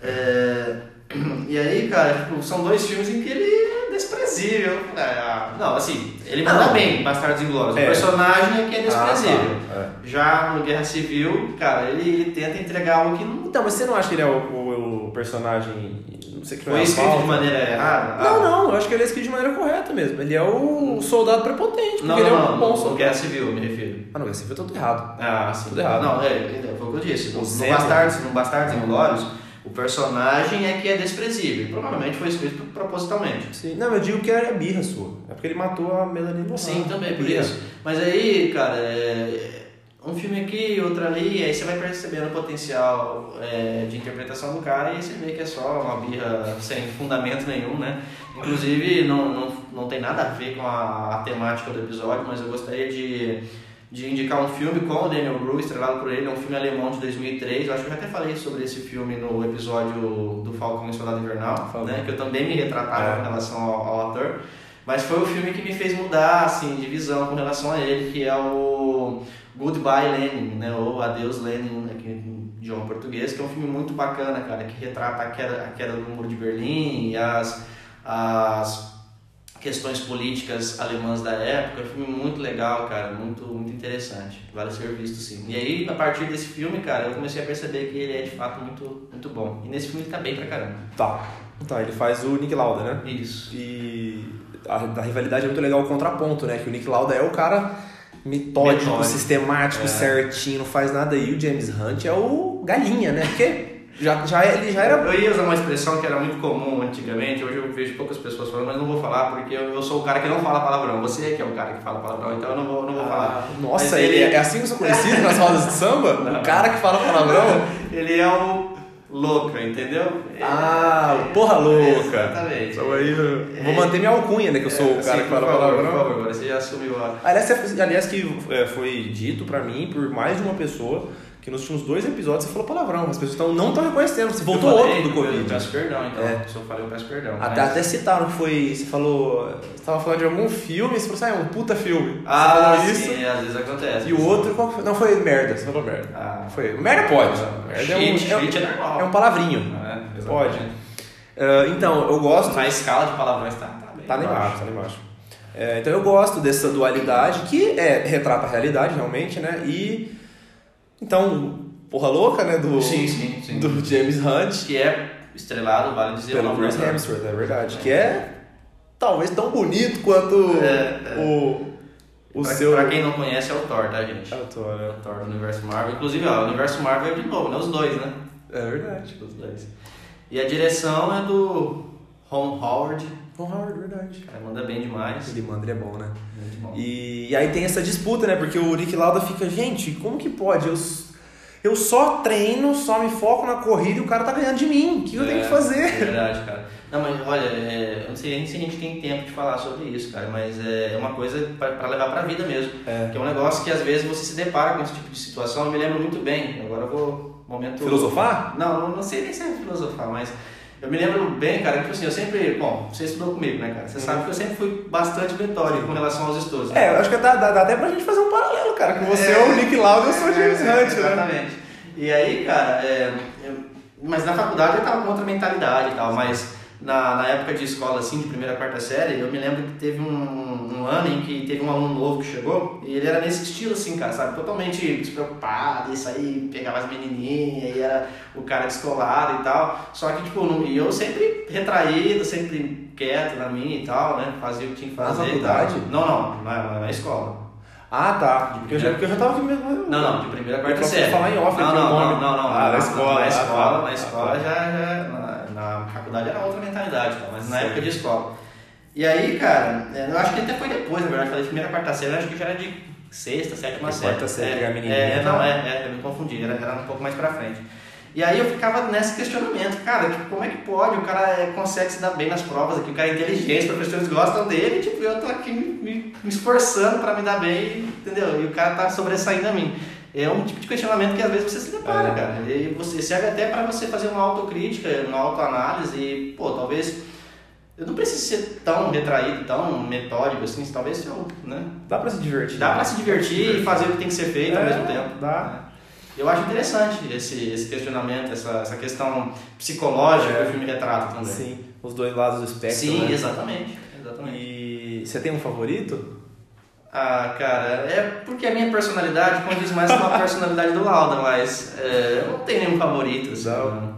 É, [CLEARS THROAT] e aí, cara, tipo, são dois filmes em que ele é desprezível. É, não, assim, ele manda
Ah, não.
bem Bastardos Inglórios.
É.
O personagem é que é desprezível.
Ah, tá.
Já no Guerra Civil, cara, ele, ele tenta entregar algo que não
Então, mas você não acha que ele é o, o- o personagem. Não sei que não é
foi escrito de
falta?
maneira errada? Ah,
Não, não, eu acho que ele é escrito de maneira correta mesmo. Ele é o soldado prepotente, porque
Não,
ele é
não,
um bom
não, no
soldado.
Guerra Civil, me refiro.
Ah, não, esse foi todo errado.
Ah, sim.
Tudo errado.
Não, é, então, foi o que eu disse. No,
O
no
Zemo.
Bastardos, no Bastardos Inglórios, o personagem é que é desprezível. Provavelmente foi escrito propositalmente.
Sim. Não, eu digo que era birra sua. É porque ele matou a Melanie Laurent.
Sim, também, por
Birra.
isso. Mas aí, cara, é, um filme aqui, outro ali, aí você vai percebendo o potencial é, de interpretação do cara e aí você vê que é só uma birra sem fundamento nenhum, né? Inclusive, não, não, não tem nada a ver com a, a temática do episódio, mas eu gostaria de, de indicar um filme com o Daniel Bru, estrelado por ele, é um filme alemão de 2003. Eu acho que eu já até falei sobre esse filme no episódio do Falcão e o Soldado Invernal,
Falcão.
né? Que eu também me retratava
É.
com relação ao, ao ator. Mas foi o filme que me fez mudar, assim, de visão com relação a ele, que é o Goodbye Lenin, né? Ou Adeus Lenin, né? que, em idioma português, que é um filme muito bacana, cara, que retrata a queda, a queda do Muro de Berlim e as, as questões políticas alemãs da época. É um filme muito legal, cara, muito, muito interessante. Vale ser visto, sim. E aí, a partir desse filme, cara, eu comecei a perceber que ele é, de fato, muito, muito bom. E nesse filme ele tá bem pra caramba. É
Tá. Tá, ele faz o Nick Lauda, né?
Isso.
E a, a rivalidade é muito legal o contraponto, né? Que o Nick Lauda é o cara metódico,
Metódico. É.
sistemático, certinho, não faz nada. E o James Hunt é o galinha, né? Porque já, já, ele já era.
Eu ia usar uma expressão que era muito comum antigamente, hoje eu vejo poucas pessoas falando, mas não vou falar porque eu, eu sou o cara que não fala palavrão. Você é que é o cara que fala palavrão, então eu não vou, não vou falar.
Nossa,
Mas
ele... é assim que eu sou conhecido nas rodas de samba?
Não.
O cara que fala palavrão?
Ele é o louca, entendeu?
Ah, porra louca.
Exatamente.
Então aí eu vou manter minha alcunha, né? Que eu sou
É,
o cara
sim,
que fala
por favor, Por
palavrão.
favor, agora você já assumiu a.
Aliás, você- aliás que é, foi dito pra mim por mais de uma pessoa que nos últimos dois episódios você falou palavrão. As pessoas tão- não estão reconhecendo. Você voltou
Eu
outro
falei,
do
Eu
Covid.
peço perdão, então.
É.
Se eu falei, eu peço perdão.
Até,
mas-
até citaram que foi. Você falou. Você tava falando de algum filme, você falou assim, ah, é um puta filme. Você
Ah,
falou
sim, às vezes acontece.
E o outro, qual que foi? Não, foi merda, você falou merda.
Ah,
Foi. Merda pode. Merda é um,
Shit,
é um-
shit é normal.
é um palavrinho.
É, exatamente.
Pode. Ah, então, eu gosto.
Na escala de palavrões tá, tá bem.
Tá lá
baixo.
embaixo, tá lá embaixo. É, então eu gosto dessa dualidade que é, retrata a realidade realmente, né? E então, porra louca, né? Do,
Sim, sim, sim.
do James Hunt
que é estrelado, vale dizer o
pelo
nome
Chris
do ator.
Hemsworth, é verdade. Que é talvez tão bonito quanto
É,
o, o
pra,
seu.
pra quem não conhece, é o Thor, tá, gente?
Ah, tô,
É o
né?
Thor do universo Marvel. Inclusive, ó, o universo Marvel é de novo, né? Os dois, né? [LAUGHS] Tipo,
É verdade.
Os dois. E a direção é do Ron Howard.
Ron Howard, verdade.
O cara manda bem demais.
Ele manda, ele é bom, né?
Muito bom.
E, e aí tem essa disputa, né? Porque o Rick Lauda fica, gente, como que pode? Eu, s- eu só treino, só me foco na corrida e o cara tá ganhando de mim. O que eu tenho que
É
fazer?
verdade, cara. Não, mas olha, é, eu não sei nem se a gente tem tempo de falar sobre isso, cara, mas é é uma coisa pra pra levar pra vida mesmo.
É.
Que é um negócio que às vezes você se depara com esse tipo de situação. Eu me lembro muito bem, agora eu vou. Momento.
É. Filosofar?
Não, não sei nem se é filosofar, mas eu me lembro bem, cara, que tipo assim, eu sempre. Bom, você estudou comigo, né, cara? Você sabe que eu sempre fui bastante metódico com relação aos estudos. né?
É, eu acho que dá, dá, dá até pra gente fazer um paralelo, cara. Que você é,
É.
o Nick Lauda e eu sou o James Hunt, né?
Exatamente. E aí, cara, é, eu- mas na faculdade eu tava com outra mentalidade e tal, mas na, na época de escola, assim, de primeira a quarta série, eu me lembro que teve um, um ano em que teve um aluno novo que chegou e ele era nesse estilo, assim, cara, sabe? Totalmente despreocupado, isso aí, pegava as menininhas e era o cara descolado e tal. Só que, tipo, não- e eu sempre retraído, sempre quieto na minha e tal, né? Fazia o que tinha que
Na
fazer. e tal.
faculdade?
Não, não, na, na escola.
Ah, tá. Porque eu já, porque eu já tava aqui mesmo.
É.
né?
Não, não, de primeira a
Eu
quarta
posso
série.
falar em off,
não,
de
não,
nome.
não, não, não.
Ah, na escola,
Na
ah,
escola,
tá.
na escola já, já na, na faculdade era outra mentalidade, tá? mas na
Sim.
época de escola. E aí, cara, é, eu acho que até foi depois, na verdade, eu falei de primeira a quarta série, eu acho que já era de sexta, sétima
Porque
série.
quarta série
é,
pegar menininha,
é,
tá?
não, é, é, eu me confundi, era, era um pouco mais pra frente. E aí eu ficava nesse questionamento, cara, tipo, como é que pode? O cara é, consegue se dar bem nas provas aqui, o cara é inteligente, os professores gostam dele, tipo, eu tô aqui me, me- me esforçando pra me dar bem, entendeu? E o cara tá sobressaindo a mim. É um tipo de questionamento que às vezes você se depara,
É.
cara. E você serve até pra você fazer uma autocrítica, uma autoanálise, e, pô, talvez. Eu não preciso ser tão retraído, tão metódico assim, talvez eu, né?
Dá pra se divertir.
Dá pra se divertir e fazer o que tem que ser feito ao
É,
mesmo tempo. É.
dá.
Eu acho interessante esse, esse questionamento, essa, essa questão psicológica que o filme retrata também.
É. Sim, os dois lados do espectro.
Sim,
né?
exatamente. exatamente.
E você tem um favorito?
Ah, cara, é porque a minha personalidade condiz mais com
[LAUGHS]
a personalidade do Lauda, mas é, eu não tenho nenhum favorito. Assim,
Não.
não.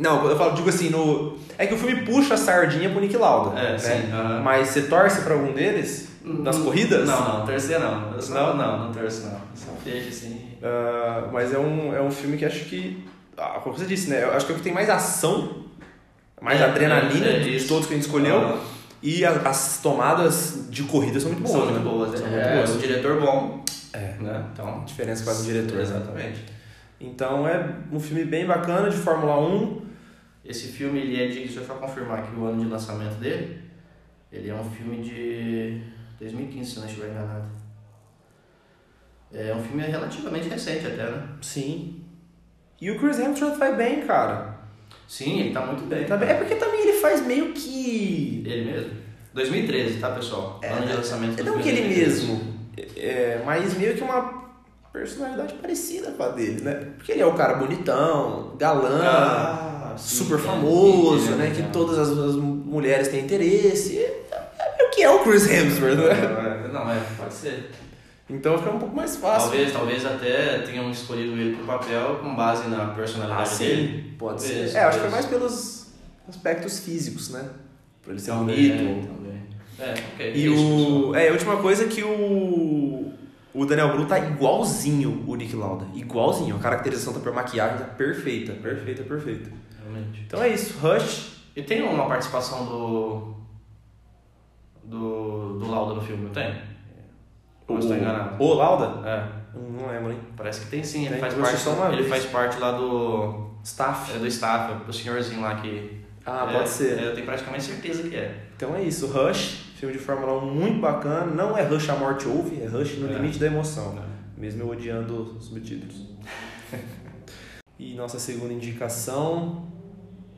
Não, eu falo, digo assim, no. É que o filme puxa a sardinha pro Nick Lauda.
É,
né?
sim, aham.
Mas você torce pra algum deles? Nas corridas?
Não, não, torcer não. Eu só- não, não, não torço não. Eu Só vejo assim.
Ah, mas é um, é um filme que acho que. Ah, como você disse, né? Eu acho que é o que tem mais ação, mais
É,
adrenalina
é, é
de
isso.
todos que a gente escolheu.
Aham.
E a- as tomadas de corrida são muito boas.
São muito
né?
boas,
São
né?
muito
É,
boas.
um diretor bom,
É.
né? Então,
A diferença faz o diretor. Né?
Exatamente.
Então é um filme bem bacana de Fórmula 1.
Esse filme, ele é de. Deixa eu só confirmar aqui o ano de lançamento dele. Ele é um filme de 2015, se eu não estiver enganado. É um filme relativamente recente até, né?
Sim. E o Chris Hemsworth vai bem, cara.
Sim, ele tá muito bem.
Tá bem- É porque também ele faz meio que.
Ele mesmo. 2013, tá, pessoal?
É,
ano de lançamento.
Não que ele
2013.
mesmo, é, mas meio que uma personalidade parecida com a dele, né? Porque ele é o cara bonitão, galã,
Ah, sim,
super
é,
famoso,
entendo,
né? Que
entendo.
todas as, as mulheres têm interesse. É meio que é o Chris Hemsworth, né?
Não, é, pode ser.
Então fica um pouco mais fácil.
Talvez, talvez até tenham escolhido ele pro papel com base na personalidade dele.
Assim, pode
Talvez,
ser. É, acho que é
talvez.
mais pelos aspectos físicos, né? Por ele ser
Também,
bonito.
também. É, ok.
né? E o. É, a última coisa é que o. O Daniel Bru tá igualzinho o Nick Lauda. Igualzinho. A caracterização da maquiagem tá perfeita. Perfeita, perfeita.
Realmente.
Então é isso. Rush.
E tem uma participação do. do. do Lauda no filme, não tem? Ou eu estou enganado?
O, o Lauda?
É,
Não lembro, hein?
parece que tem sim, ele
Tem,
faz
eu assisti só uma
parte. Ele
vez.
faz parte lá do.
Staff.
é do staff, é o senhorzinho lá que.
Ah,
é,
pode ser.
é, eu tenho praticamente certeza que é.
Então é isso. Rush. Filme de Fórmula 1 muito bacana. Não é Rush a morte ouve, é Rush no
É.
limite da emoção. Mesmo eu odiando os
[LAUGHS]
subtítulos. e nossa segunda indicação,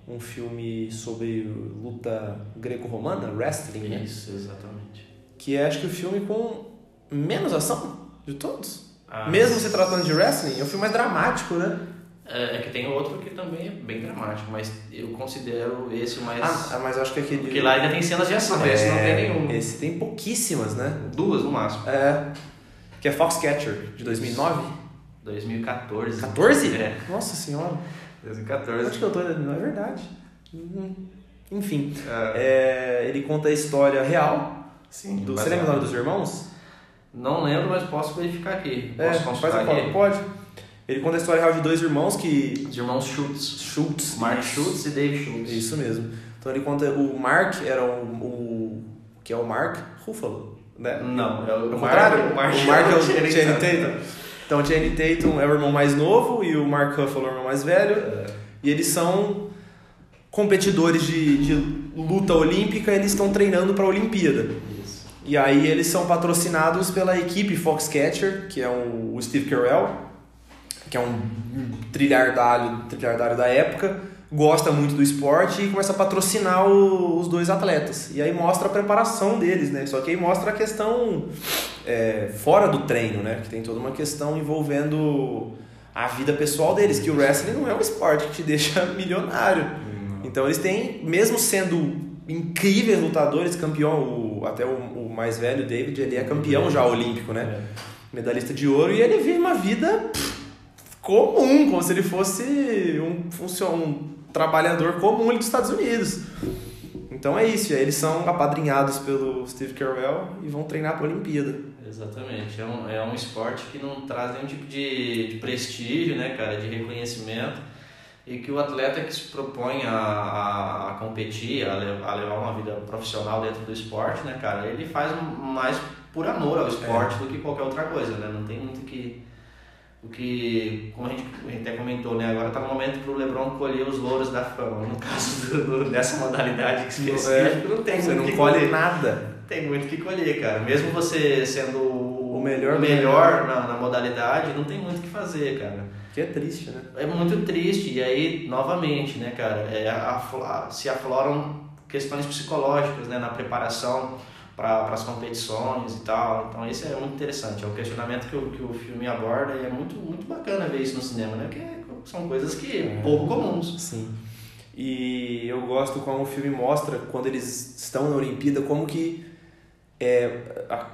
um filme sobre luta greco-romana, wrestling, né?
Isso, exatamente.
Que é acho que o filme com menos ação de todos.
Ah,
Mesmo se tratando de wrestling, é um filme mais dramático, né?
É, é que tem outro que também é bem dramático, mas eu considero esse o mais.
Ah, mas eu acho que aquele.
É.
É,
Porque lá ainda tem cenas de ação, esse não tem nenhuma.
Esse tem pouquíssimas, né?
Duas no máximo.
É. Que é Foxcatcher, de 2009.
2014.
14?
É,
Nossa senhora.
2014.
Onde que eu tô? Não é verdade. Uhum. Enfim,
É,
é, ele conta a história real.
Sim, é um
do,
baseado.
você lembra o nome dos irmãos?
Não lembro, mas posso verificar aqui. Posso
É, faz
consultar
a
aqui.
cola, pode. Ele conta a história real de dois irmãos que.
Os irmãos Schultz.
Schultz.
Mark
isso.
Schultz e Dave Schultz.
Isso mesmo. Então ele conta o Mark era o, o que é o Mark Ruffalo, né?
Não, é o
Ao
contrário.
contrário, o Mark, é o
Channing
Channing Tatum. Então o Channing Tatum é o irmão mais novo e o Mark Ruffalo é o irmão mais velho.
É,
E eles são competidores de, de luta olímpica, eles estão treinando para a Olimpíada.
Isso.
E aí eles são patrocinados pela equipe Foxcatcher, que é um, o Steve Carell, que é um trilhardário, trilhardário da época, gosta muito do esporte e começa a patrocinar o- os dois atletas. E aí mostra a preparação deles, né? Só que aí mostra a questão é, fora do treino, né? Que tem toda uma questão envolvendo a vida pessoal deles, que o wrestling não é um esporte que te deixa [LAUGHS] milionário. Então eles têm, mesmo sendo incríveis lutadores, campeão, o- até o, o mais velho, David, ele é campeão já olímpico,
É.
né? Medalhista de ouro, e ele vive uma vida pff, comum, como se ele fosse um, funcio- um trabalhador comum ali dos Estados Unidos. Então é isso, e aí eles são apadrinhados pelo Steve Carell e vão treinar para a Olimpíada.
Exatamente. É um, é um esporte que não traz nenhum tipo de, de prestígio, né, cara, de reconhecimento. E que o atleta que se propõe a, a, a competir, a, le- a levar uma vida profissional dentro do esporte, né, cara, ele faz um- mais por amor ao
É.
esporte do que qualquer outra coisa, né? Não tem muito que. O que, como a gente, a gente até comentou, né? Agora tá no momento pro Lebron colher os louros da fama. No caso do- do- dessa modalidade específica, não tem
É. Você
muito o
não
que
colhe
colher.
nada.
Tem muito o que colher, cara. Mesmo você sendo o
O melhor né? do
melhor na, na modalidade, não tem muito o que fazer, cara.
Que é triste, né?
É muito triste. E aí, novamente, né, cara, é, afla- se afloram questões psicológicas né, na preparação para as competições e tal. Então, isso é muito interessante. É um questionamento que o, que o filme aborda e é muito, muito bacana ver isso no cinema, né? Porque são coisas que
É.
pouco comuns.
Sim. E eu gosto como o filme mostra, quando eles estão na Olimpíada, como que é,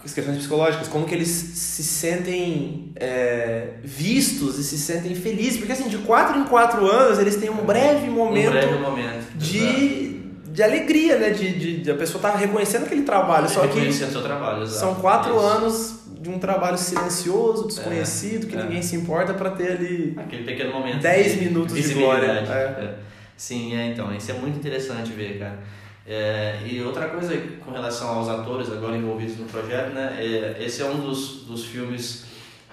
as questões psicológicas, como que eles se sentem é, vistos e se sentem felizes. Porque assim, de 4 em 4 anos, eles têm um breve momento
Um breve momento. Exato.
de, de alegria, né? De, de, de a pessoa tá reconhecendo aquele trabalho. Só que
Reconhecendo seu trabalho, exato.
são quatro
Isso.
anos de um trabalho silencioso, desconhecido, que
é.
ninguém se importa para ter ali
Aquele pequeno momento.
10 minutos de
visibilidade.
glória. É.
É. Sim, é, então, isso é muito interessante ver, cara. É, e outra coisa com relação aos atores agora envolvidos no projeto, né? é, esse é um dos, dos filmes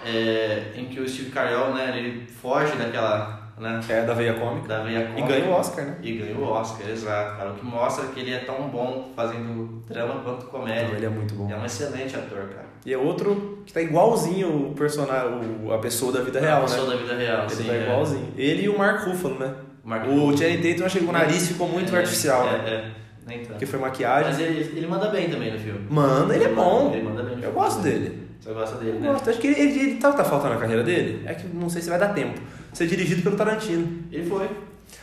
é, em que o Steve Carell, né, ele foge daquela, né,
É, da veia cômica.
da veia
E
cômica.
ganha o Oscar, né?
E ganha o Oscar, exato, cara. O que mostra que ele é tão bom fazendo drama quanto comédia.
Ele é muito bom.
É um excelente ator, cara.
E é outro que tá igualzinho o personagem, o- a pessoa da vida
a
real,
pessoa
né?
da vida real,
Ele
sim.
tá
é.
igualzinho. Ele e o Mark Ruffalo, né?
Mark
O Channing Tatum eu achei que o nariz ficou muito
É,
artificial,
é,
né?
É, nem tanto.
Porque foi maquiagem.
Mas ele, ele manda bem também no filme.
Mano, ele é bom.
Ele manda bem. no
Eu
filme.
gosto dele.
Você gosta dele,
Eu
né?
gosto. Acho que ele, ele, ele tá, tá faltando a carreira dele. É que não sei se vai dar tempo. Ser dirigido pelo Tarantino.
Ele foi.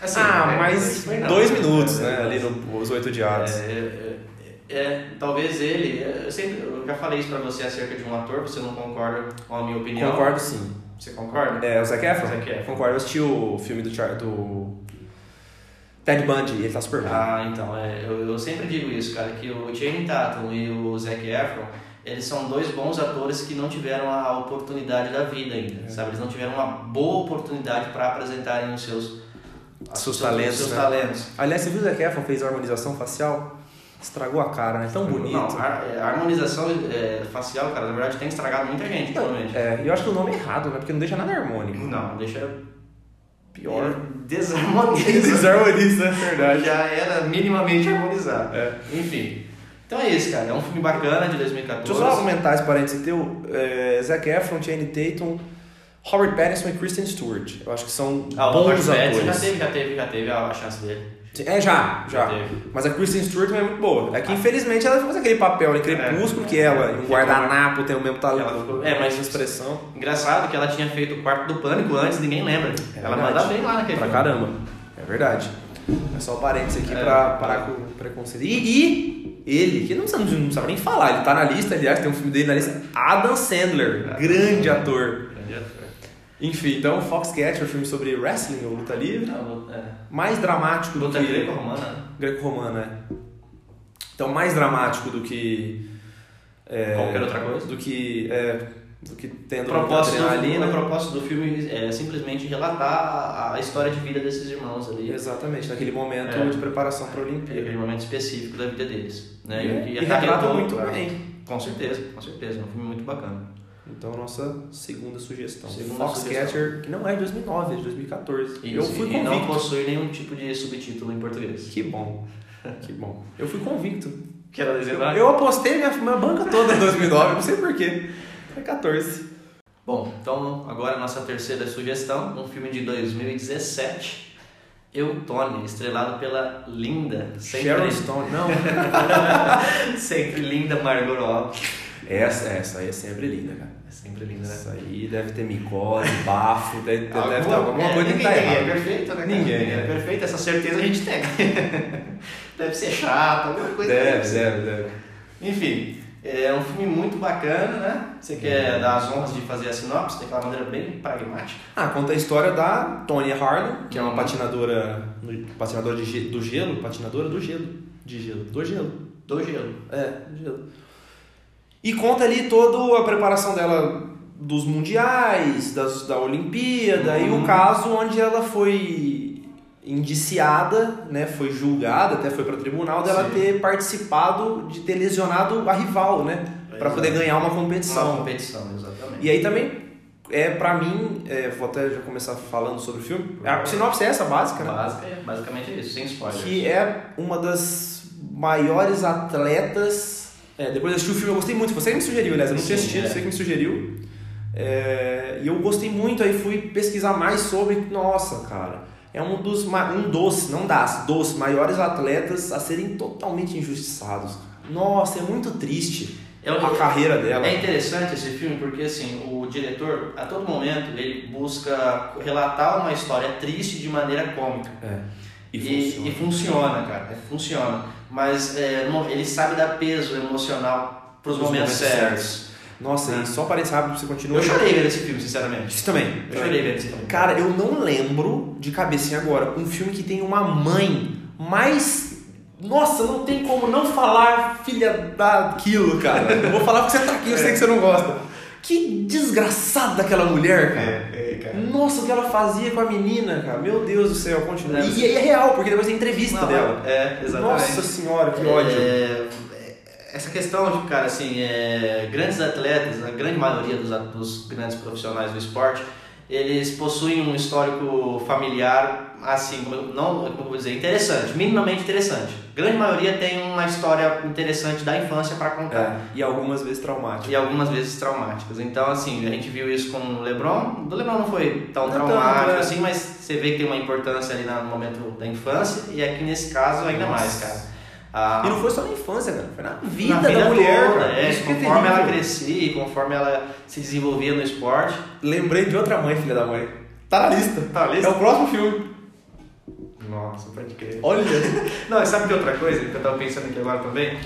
Assim,
ah,
né?
mas
Foi não.
dois minutos,
É,
né?
é,
Ali no, os oito
é,
diabos.
é, é, é, talvez ele. Eu, sempre, eu já falei isso pra você acerca de um ator, você não concorda com a minha opinião.
Concordo sim.
Você concorda?
É, o Zac Efron?
É. Zac Efron.
Concordo, eu assisti o filme do, Char do Ted Bundy, ele tá super bem.
Ah, então, é, eu, eu sempre digo isso, cara, que o Jane Tatum e o Zac Efron, eles são dois bons atores que não tiveram a oportunidade da vida
É.
ainda, sabe? Eles não tiveram uma boa oportunidade para apresentarem os seus,
Seus talentos,
seus
né?
talentos.
Aliás, você viu o Zac Efron fez a harmonização facial? Estragou a cara, né? Tão bonito.
Não, a a harmonização é, facial, cara, na verdade tem estragado muita gente, realmente.
É, e eu acho que o nome é errado, né? Porque não deixa nada harmônico.
Não, deixa
Pior. [LAUGHS]
Desarmoniza.
Desarmoniza, é verdade.
[LAUGHS] Já era minimamente harmonizado.
É.
Enfim. Então é isso, cara. É um filme bacana de
Deixa
2014.
eu só aumentar esse parênteses teu. É, Zac Efron, Channing Tatum, Robert Pattinson e Kristen Stewart. Eu acho que são
Ah, o Robert
bons
Pattinson já
atores.
teve, já teve, já teve a a chance dele.
É, já, já.
teve. Ah.
Mas a Kristen Stewart também é muito boa. É que infelizmente ela faz aquele papel em crepúsculo que ela, em
Ficou-
guardanapo, tem o mesmo
É. Ela
talento.
ficou- é, mas-
expressão.
Engraçado que ela tinha feito o quarto do pânico antes, ninguém lembra.
É
ela
verdade.
manda bem lá naquele
Pra
filme.
caramba. É verdade. É só parênteses aqui
Uhum. É.
pra parar com o preconceito. E, e ele, que não precisa, não precisa nem falar,
É.
ele tá na lista, aliás, tem um filme dele na lista. Adam Sandler, grande ator.
Grande ator.
Enfim, então Foxcatcher, filme sobre wrestling ou luta livre,
Não, é.
mais dramático do
Luta
Tá que
greco-romana, né?
greco-romana, é. Então mais dramático do que é,
Qualquer outra coisa.
do que é, do que
A
tendo
proposta, do,
muita adrenalina. né?
a proposta do filme é simplesmente relatar a, a história de vida desses irmãos ali.
Exatamente, naquele momento
É.
de preparação para a
Aquele
Olimpíada.
momento específico da vida deles. Né?
E, e
até
retrata
arretou-
muito bem.
Com certeza, com certeza. É um filme muito bacana.
Então nossa segunda sugestão,
Segunda
Foxcatcher, que não é de 2009, é de 2014.
E,
Eu fui
e não
convicto.
possui nenhum tipo de subtítulo em português.
Que bom. Que bom. Eu fui convicto.
Quero
Eu,
desenhar.
eu apostei minha, minha banca toda em 2009, não sei porquê. Foi 14.
Bom, então agora a nossa terceira sugestão, um filme de 2017, Eutônia, estrelado pela linda,
Sharon
sempre,
Stone, não.
[LAUGHS] sempre linda Margot Robbie.
Essa, essa aí é sempre linda, cara.
É sempre linda, né?
Essa aí deve ter micose, bafo, deve, deve ter alguma
é,
coisa que
ninguém,
tá
ninguém é
errada.
perfeito, né? cara?
Ninguém,
é
né?
perfeito, essa certeza a gente tem. [LAUGHS] deve ser chato, alguma coisa assim.
Deve,
dessa.
deve, deve.
Enfim, é um filme muito bacana, né? Você quer
Uhum.
dar as honras de fazer a sinopse daquela maneira bem pragmática.
Ah, conta a história da Tony Harlan, que é uma
Uhum.
patinadora, no- patinadora de ge- do gelo, patinadora do gelo, de gelo, do gelo.
Do gelo.
É, gelo. E conta ali toda a preparação dela dos mundiais, das, da Olimpíada, e o
Uhum.
caso onde ela foi indiciada, né, foi julgada, até foi para tribunal dela
Sim.
ter participado de ter lesionado a rival, né, para
Exato. Uhum.
poder ganhar uma
Uma
competição.
competição, exatamente.
E aí também é para mim, é, vou até já começar falando sobre o filme. A sinopse é essa básica, né?
Básica, é basicamente isso, sem spoiler.
que é uma das maiores atletas. É, depois eu assisti o filme, eu gostei muito. Você que me sugeriu, aliás, eu não tinha
Sim,
assistido,
é.
você que me sugeriu. É, e eu gostei muito, aí fui pesquisar mais sobre. Nossa, cara, é um dos ma- um dos, não das, dos maiores atletas a serem totalmente injustiçados. Nossa, é muito triste
É
a
o-
carreira dela.
É interessante esse filme porque assim, o diretor, a todo momento, ele busca relatar uma história triste de maneira cômica.
É. E funciona.
e funciona, cara. é, Funciona. Mas é, não- ele sabe dar peso emocional pros
Nos
momentos
momentos
certos.
Nossa, e só parece rápido, você continua.
Eu chorei vendo esse filme, sinceramente.
Isso também.
Eu chorei vendo esse filme.
Cara, eu não lembro de cabecinha agora um filme que tem uma mãe mais. Nossa, não tem como não falar filha daquilo, cara. Eu vou falar porque você tá aqui, eu sei que você não gosta. Que desgraçada aquela mulher, cara.
É, é, cara.
Nossa, o que ela fazia com a menina, cara. Meu Deus do céu, continua.
É,
E aí é real, porque depois tem entrevista
Não,
dela.
É, exatamente.
Nossa senhora, que ódio.
É, essa questão de, cara, assim, é, grandes atletas, a grande maioria dos, at- dos grandes profissionais do esporte, eles possuem um histórico familiar, assim, como eu- não, como eu vou dizer, interessante, minimamente interessante. grande maioria tem uma história interessante da infância para contar.
É, E algumas vezes traumático.
E algumas vezes traumáticas. Então, assim, a gente viu isso com o Lebron. O Lebron não foi tão
Não
traumático
tanto, é.
assim, mas você vê que tem uma importância ali na- no momento da infância. E aqui nesse caso, ainda
Nossa.
mais, cara. A-
E não foi só na infância, cara. Foi na vida,
na
da mulher,
toda,
cara.
é,
Isso que é
conforme ela
terrível.
crescia, conforme ela se desenvolvia no esporte.
Lembrei de outra mãe, filha da mãe. Tá na lista.
Tá na lista?
É o próximo filme.
Nossa, pode crer.
Olha.
Não, e sabe que outra coisa que eu tava pensando aqui agora também?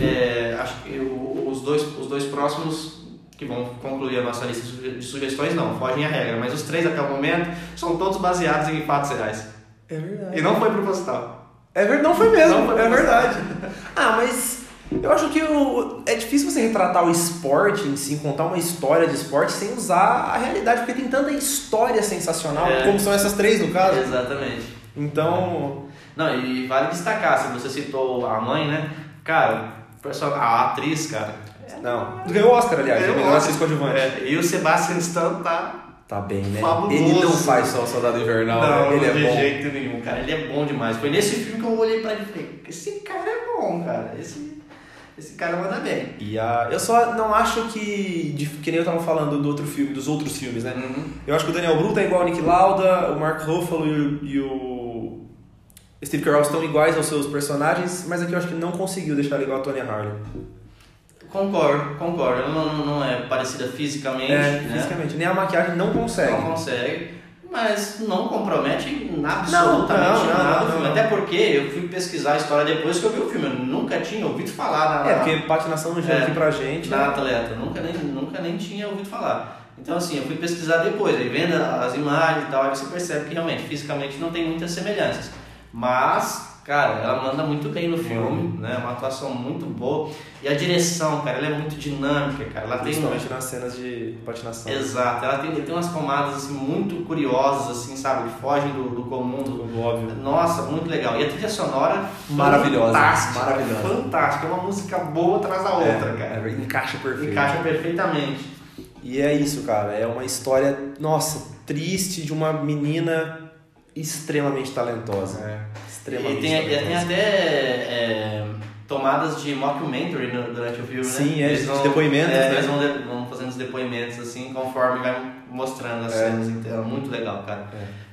É, acho que o- os dois, os dois próximos que vão concluir a nossa lista de suge- de sugestões não, fogem à regra, mas os três até o momento são todos baseados em fatos reais.
É verdade.
E não foi proposital.
É verdade, não foi mesmo.
Não foi
é
mesmo.
verdade. ah, mas eu acho que o- é difícil você retratar o esporte em si, contar uma história de esporte sem usar a realidade, porque tem tanta história sensacional,
É.
como são essas três no caso.
Exatamente.
Então,
Não, e vale destacar, se você citou a mãe, né? Cara, o person- a atriz, cara.
não. Ganhou o Oscar, aliás,
Ganhou
ganhou melhor
o Oscar.
atriz coadjuvante.
É, e o Sebastian Stan tá
Tá bem, né?
Fabuloso.
Ele não faz só o Soldado Invernal,
Não,
né? ele
de
é bom.
jeito nenhum, cara. Ele é bom demais. Foi nesse filme que eu olhei pra ele e falei, esse cara é bom, cara. Esse, esse cara manda bem.
E a, eu só não acho que, de- que nem eu tava falando do outro filme, dos outros filmes, né? Eu acho que o Daniel Bru tá igual ao Nick Lauda, o Mark Ruffalo e o, e o Steve Carell estão iguais aos seus personagens, mas aqui eu acho que não conseguiu deixar ele igual a Tony Harley.
Concordo, concordo. Ela Não, não, não é parecida fisicamente,
É,
né?
fisicamente. Nem a maquiagem não
Não
consegue.
consegue. Mas não compromete em
não,
absolutamente
não,
nada
não,
o filme.
não.
Até porque eu fui pesquisar a história depois que eu vi o filme. Eu nunca tinha ouvido falar na,
É, porque patinação no gelo
É.
aqui pra gente.
da atleta. Nunca nem, nunca nem tinha ouvido falar. Então, assim, eu fui pesquisar depois, aí vendo as imagens e tal, aí você percebe que realmente, fisicamente, não tem muitas semelhanças. Mas, cara, ela manda muito bem no
Uhum.
filme, né? Uma atuação muito boa. E a direção, cara, ela é muito dinâmica, cara. Ela tem. um
Principalmente nas cenas de patinação.
Exato, ela tem, tem umas tomadas assim, muito curiosas, assim, sabe? Que fogem do, do comum, do,
Do óbvio.
nossa, muito legal. E a trilha sonora
Maravilhosa,
fantástica,
maravilhosa.
fantástica. É uma música boa atrás da outra, cara.
É, encaixa perfeito.
Encaixa perfeitamente.
E é isso, cara. É uma história, nossa, triste de uma menina extremamente talentosa. Extremamente
É. E tem, e tem
talentosa.
até é, tomadas de mockumentary no- durante o filme, né?
Sim, é, de depoimentos,
é,
né?
Eles vão, de- vão fazendo os depoimentos, assim, conforme vai mostrando as
É.
cenas. Então, é muito legal, cara.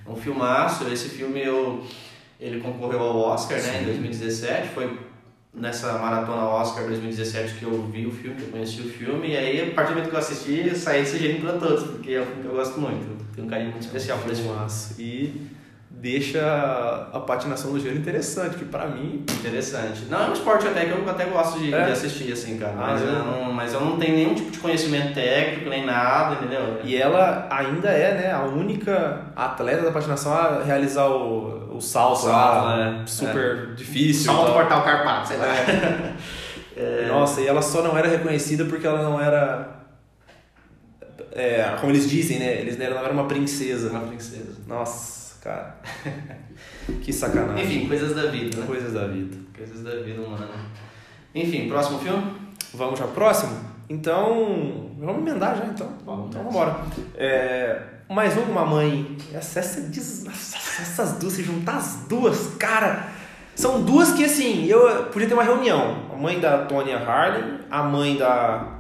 Um filmaço. Esse filme, eu, ele concorreu ao Oscar, né? Em 2017. Foi nessa maratona Oscar 2017 que eu vi o filme, que eu conheci o filme. E aí, a partir do momento que eu assisti, eu saí exigindo pra todos. Porque é um filme que eu gosto muito. Tem um carinho muito especial por esse filme.
Filmaço. E deixa a patinação do gelo interessante, que pra mim
Interessante. Não, é um esporte até que eu até gosto de,
É?
de assistir, assim, cara.
Ah,
Mas,
é?
eu não, mas eu não tenho nenhum tipo de conhecimento técnico, nem nada, entendeu?
E ela ainda é, né, a única atleta da patinação a realizar o, o salto
Salto,
lá,
é.
né? super difícil. então. É. e
Salto
tal. É.
portal Carpato, sei lá.
Nossa, e ela só não era reconhecida porque ela não era. é, como eles dizem, né? Eles ela não era uma princesa.
[LAUGHS] Uma princesa.
Nossa,
[LAUGHS]
cara. que sacanagem.
Enfim, coisas da vida, né?
Coisas da vida.
Coisas da vida humana. Enfim, próximo filme?
Vamos já pro próximo? Então. Vamos emendar já então.
Vamos
então
nessa.
vambora. É, mais um com uma mãe. Essa, essa des- nossa, essas duas, se juntar as duas, cara. São duas que assim, eu podia ter uma reunião. A mãe da Tonya Harley, a mãe da.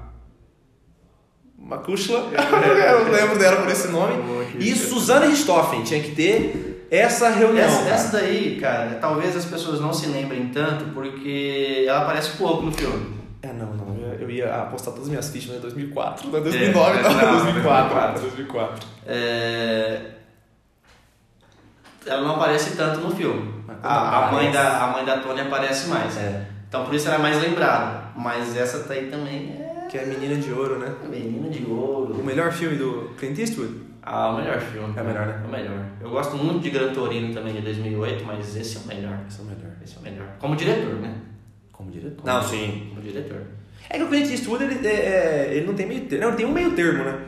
Macushla, [LAUGHS] eu não lembro dela por esse nome. E Suzana Richthofen tinha que ter essa reunião.
essa,
cara.
essa daí, cara, talvez as pessoas não se lembrem tanto porque ela aparece pouco no filme.
É, não, não. Eu, eu ia apostar todas as minhas fichas, mas é 2004, não é 2009,
É,
não,
não,
2004. 2004.
É, Ela não aparece tanto no filme.
Ah, Mas quando
A, a mãe
aparece-
da, a mãe da Tony aparece mais.
É.
Então por isso ela é mais lembrada. Mas essa daí também é
Que é Menina de Ouro, né?
Menina de
O
Ouro.
melhor filme do Clint Eastwood?
Ah, o melhor filme.
É o melhor, né?
É o melhor. Eu gosto muito de Gran Torino também, de 2008, mas esse é o melhor.
Esse é o melhor.
Esse é o melhor. Como diretor, né?
Como diretor. Não, sim.
Como diretor.
É que o Clint Eastwood, ele, é- é- ele não tem meio termo. Não, ele tem um meio termo, né?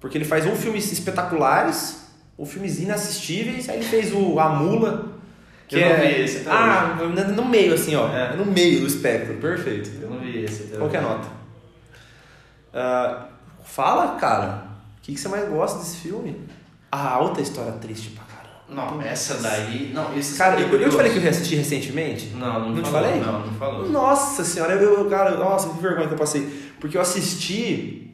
Porque ele faz um filmes espetaculares, um filmes inassistíveis, aí ele fez o A Mula. Que
Eu não
é...
vi esse até
Ah, no meio, assim, ó.
É.
No meio do espectro. Perfeito.
Eu não vi esse. até
Qual que é a
hoje.
nota? Ah, fala, cara. O que, que você mais gosta desse filme? Ah, outra história triste pra caramba.
Não, essa daí. Não, esse
Cara, eu, eu te
curioso.
falei que eu reassisti recentemente?
Não, não,
Não te
falou,
falei?
Não, não falou.
Nossa senhora, eu, eu- cara, nossa, que vergonha que eu passei. Porque eu assisti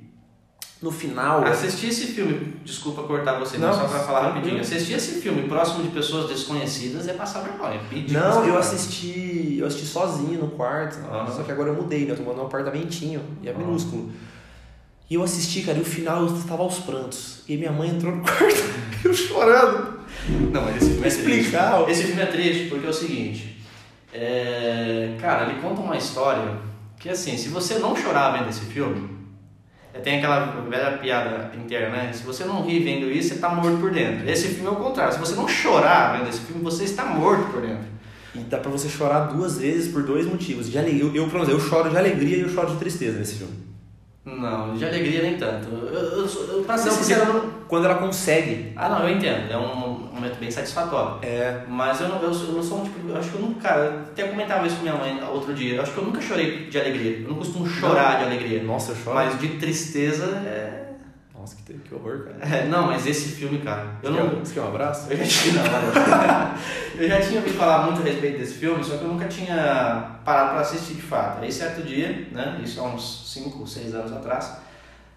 no final. assim,
Assisti esse filme, desculpa cortar você,
Não,
mas só pra falar
tranquilo.
rapidinho. Assisti esse filme próximo de pessoas desconhecidas é passar vergonha. é pedir
Não, eu
desculpa.
assisti. Eu assisti sozinho no quarto.
Ah.
Só que agora eu mudei, né? Eu tô morando num apartamentinho e é minúsculo. E eu assisti, cara, e o final eu tava aos prantos. E minha mãe entrou no [LAUGHS] quarto, eu chorando.
Não, mas esse filme é triste.
Explicar o
Esse filme é triste porque é o seguinte. é, Cara, ele conta uma história que assim, se você não chorar vendo esse filme, é, tem aquela velha piada interna, né? Se você não ri vendo isso, você tá morto por dentro. Esse filme é o contrário. Se você não chorar vendo esse filme, você está morto por dentro.
E dá pra você chorar duas vezes por dois motivos. De alegria. Eu, eu, pelo menos, eu choro de alegria e eu choro de tristeza nesse filme.
Não, de alegria nem tanto. Eu, eu, eu, pra ser
Não, porque
sincero, eu não-
quando ela consegue.
Ah, não, eu entendo. É um momento bem satisfatório.
É.
Mas eu não, eu, sou- eu não sou um tipo. Eu acho que eu nunca. Cara, eu até comentava isso com minha mãe outro dia. Eu acho que eu nunca chorei de alegria. Eu não costumo chorar de alegria.
Nossa, eu choro.
Mas de tristeza é.
Nossa, que, que horror, cara.
é, Não, mas esse filme, cara. Eu
Você
não.
quer- Você quer um abraço?
Eu já tinha. não. [LAUGHS] eu já tinha ouvido falar muito a respeito desse filme, só que eu nunca tinha parado pra assistir de fato. Aí certo dia, né? Isso há uns 5, 6 anos atrás,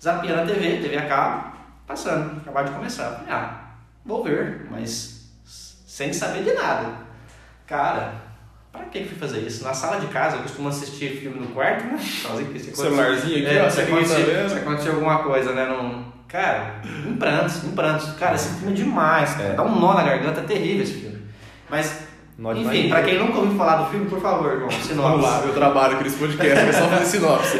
zapia na TV, TV a cabo, passando, acabava de começar. Eu Falei, ah, vou ver, mas sem saber de nada. Cara, pra que que fui fazer isso? Na sala de casa, eu costumo assistir filme no quarto, né? Sozinho, porque se acontecer-
Celularzinho aqui, ó,
se
você assim, conta
acontecer,
mesmo.
se acontecer alguma coisa, né? Não... Cara, um em prantos, em prantos. Cara, esse filme é demais, cara.
É.
Dá um nó na garganta, é terrível esse filme. Mas,
Nó de
enfim,
barriga.
pra quem nunca ouviu falar do filme, por favor, João, sinopse. [LAUGHS]
Vamos lá, eu trabalho com esse podcast, é só fazer é sinopse.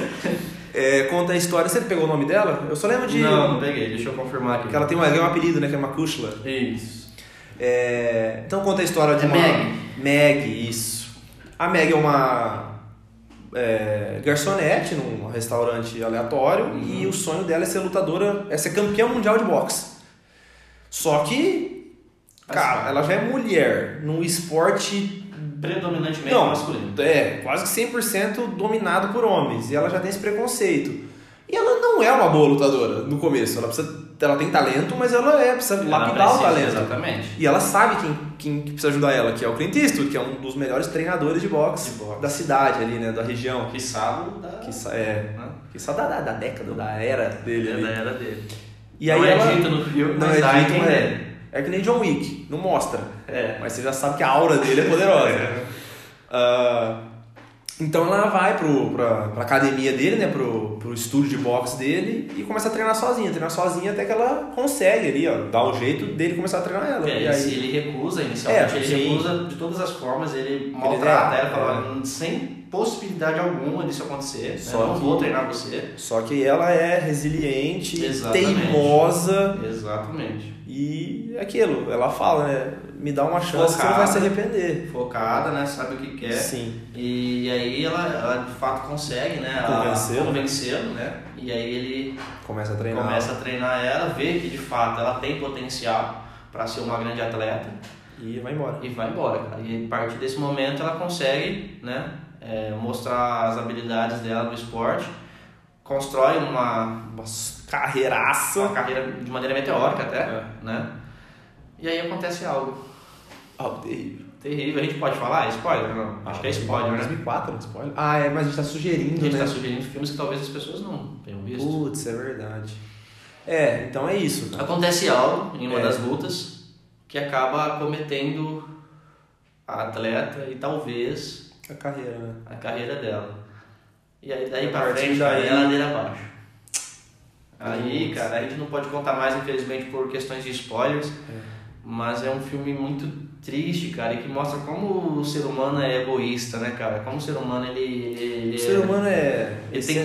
É, conta a história. Você pegou o nome dela? Eu só lembro de.
Não, não peguei, deixa eu confirmar aqui.
Que ela tem um, ela tem um apelido, né? Que é Macushla.
Isso.
É, então conta a história de
É
uma.
Meg.
Meg, isso. A Meg é uma é, garçonete num restaurante aleatório e
Uhum.
o sonho dela é ser lutadora, é ser campeã mundial de boxe. Só que, cara, ela já é mulher num esporte.
Predominantemente
Não,
masculino.
é quase que 100% dominado por homens e ela já tem esse preconceito. E ela não é uma boa lutadora no começo. Ela, precisa, ela tem talento, mas ela é, precisa
Ela
lapidar o
precisa,
talento.
Exatamente.
E ela sabe quem, quem que precisa ajudar ela, que é o Clint Eastwood, que é um dos melhores treinadores de boxe,
De boxe.
da cidade ali, né? Da região.
Que sábado da...
Que, sa- é,
né?
que só da, da, da década, da era dele
É
ali.
da era dele.
E aí
não
ela
é dito no filme,
não
mas
é
dá a
dito, mas
entender.
é. É que nem John Wick, não mostra.
É.
Mas você já sabe que a aura dele é poderosa. Ah, então ela vai pro, pra, pra academia dele, né? Pro, pro estúdio de boxe dele e começa a treinar sozinha. Treinar sozinha até que ela consegue ali, ó. Dá um jeito dele começar a treinar ela.
É,
e
e
aí,
se ele recusa inicialmente,
É,
ele
sim.
recusa de todas as formas, ele maltrata
é,
ela, fala, "Hum, sem possibilidade alguma disso acontecer, né?
Só
não
que-
vou treinar você.
Só que ela é resiliente,
Exatamente.
teimosa
Exatamente.
e é aquilo, ela fala, né? Me dá uma chance que você não
Focada.
vai se arrepender.
Focada, né, sabe o que quer,
Sim.
e aí ela, ela de fato consegue, né, a-
Convencê-lo.
convencê-lo, né, e aí ele
Começa a treinar.
começa a treinar ela, vê que de fato ela tem potencial para ser uma grande atleta,
E vai embora.
e vai embora, cara. E a partir desse momento ela consegue, né, é, mostrar as habilidades dela no esporte, constrói uma,
Uma carreiraça.
uma carreira de maneira meteórica até,
É.
né? E aí acontece algo
Algo terrível.
terrível. A gente pode falar? Spoiler? Não.
Ah,
Acho que é spoiler, né?
2004, né? Spoiler. Ah, é, mas a gente tá
A
sugerindo,
gente
né?
está sugerindo filmes que talvez as pessoas não tenham visto.
Putz, é verdade. É, então é isso. cara.
Acontece algo em uma
É.
das lutas que acaba cometendo a atleta e talvez
A carreira, né?
a carreira dela. E aí daí
A
pra
partir
frente,
Tá daí-
daí é ladeira abaixo. Aí,
Putz.
cara, a gente não pode contar mais, infelizmente, por questões de spoilers, mas é um filme muito triste, cara, e que mostra como o ser humano é egoísta, né, cara? Como o ser humano, ele... ele, ele
O
é-
ser humano é.
Ele tem,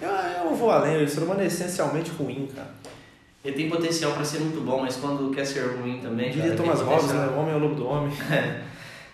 Eu, eu vou além, o ser humano é essencialmente ruim, cara.
ele tem potencial pra ser muito bom, mas quando quer ser ruim também,
Eu
cara,
diria
tem
Thomas Hobbes,
potencial.
né? O homem é o lobo do homem.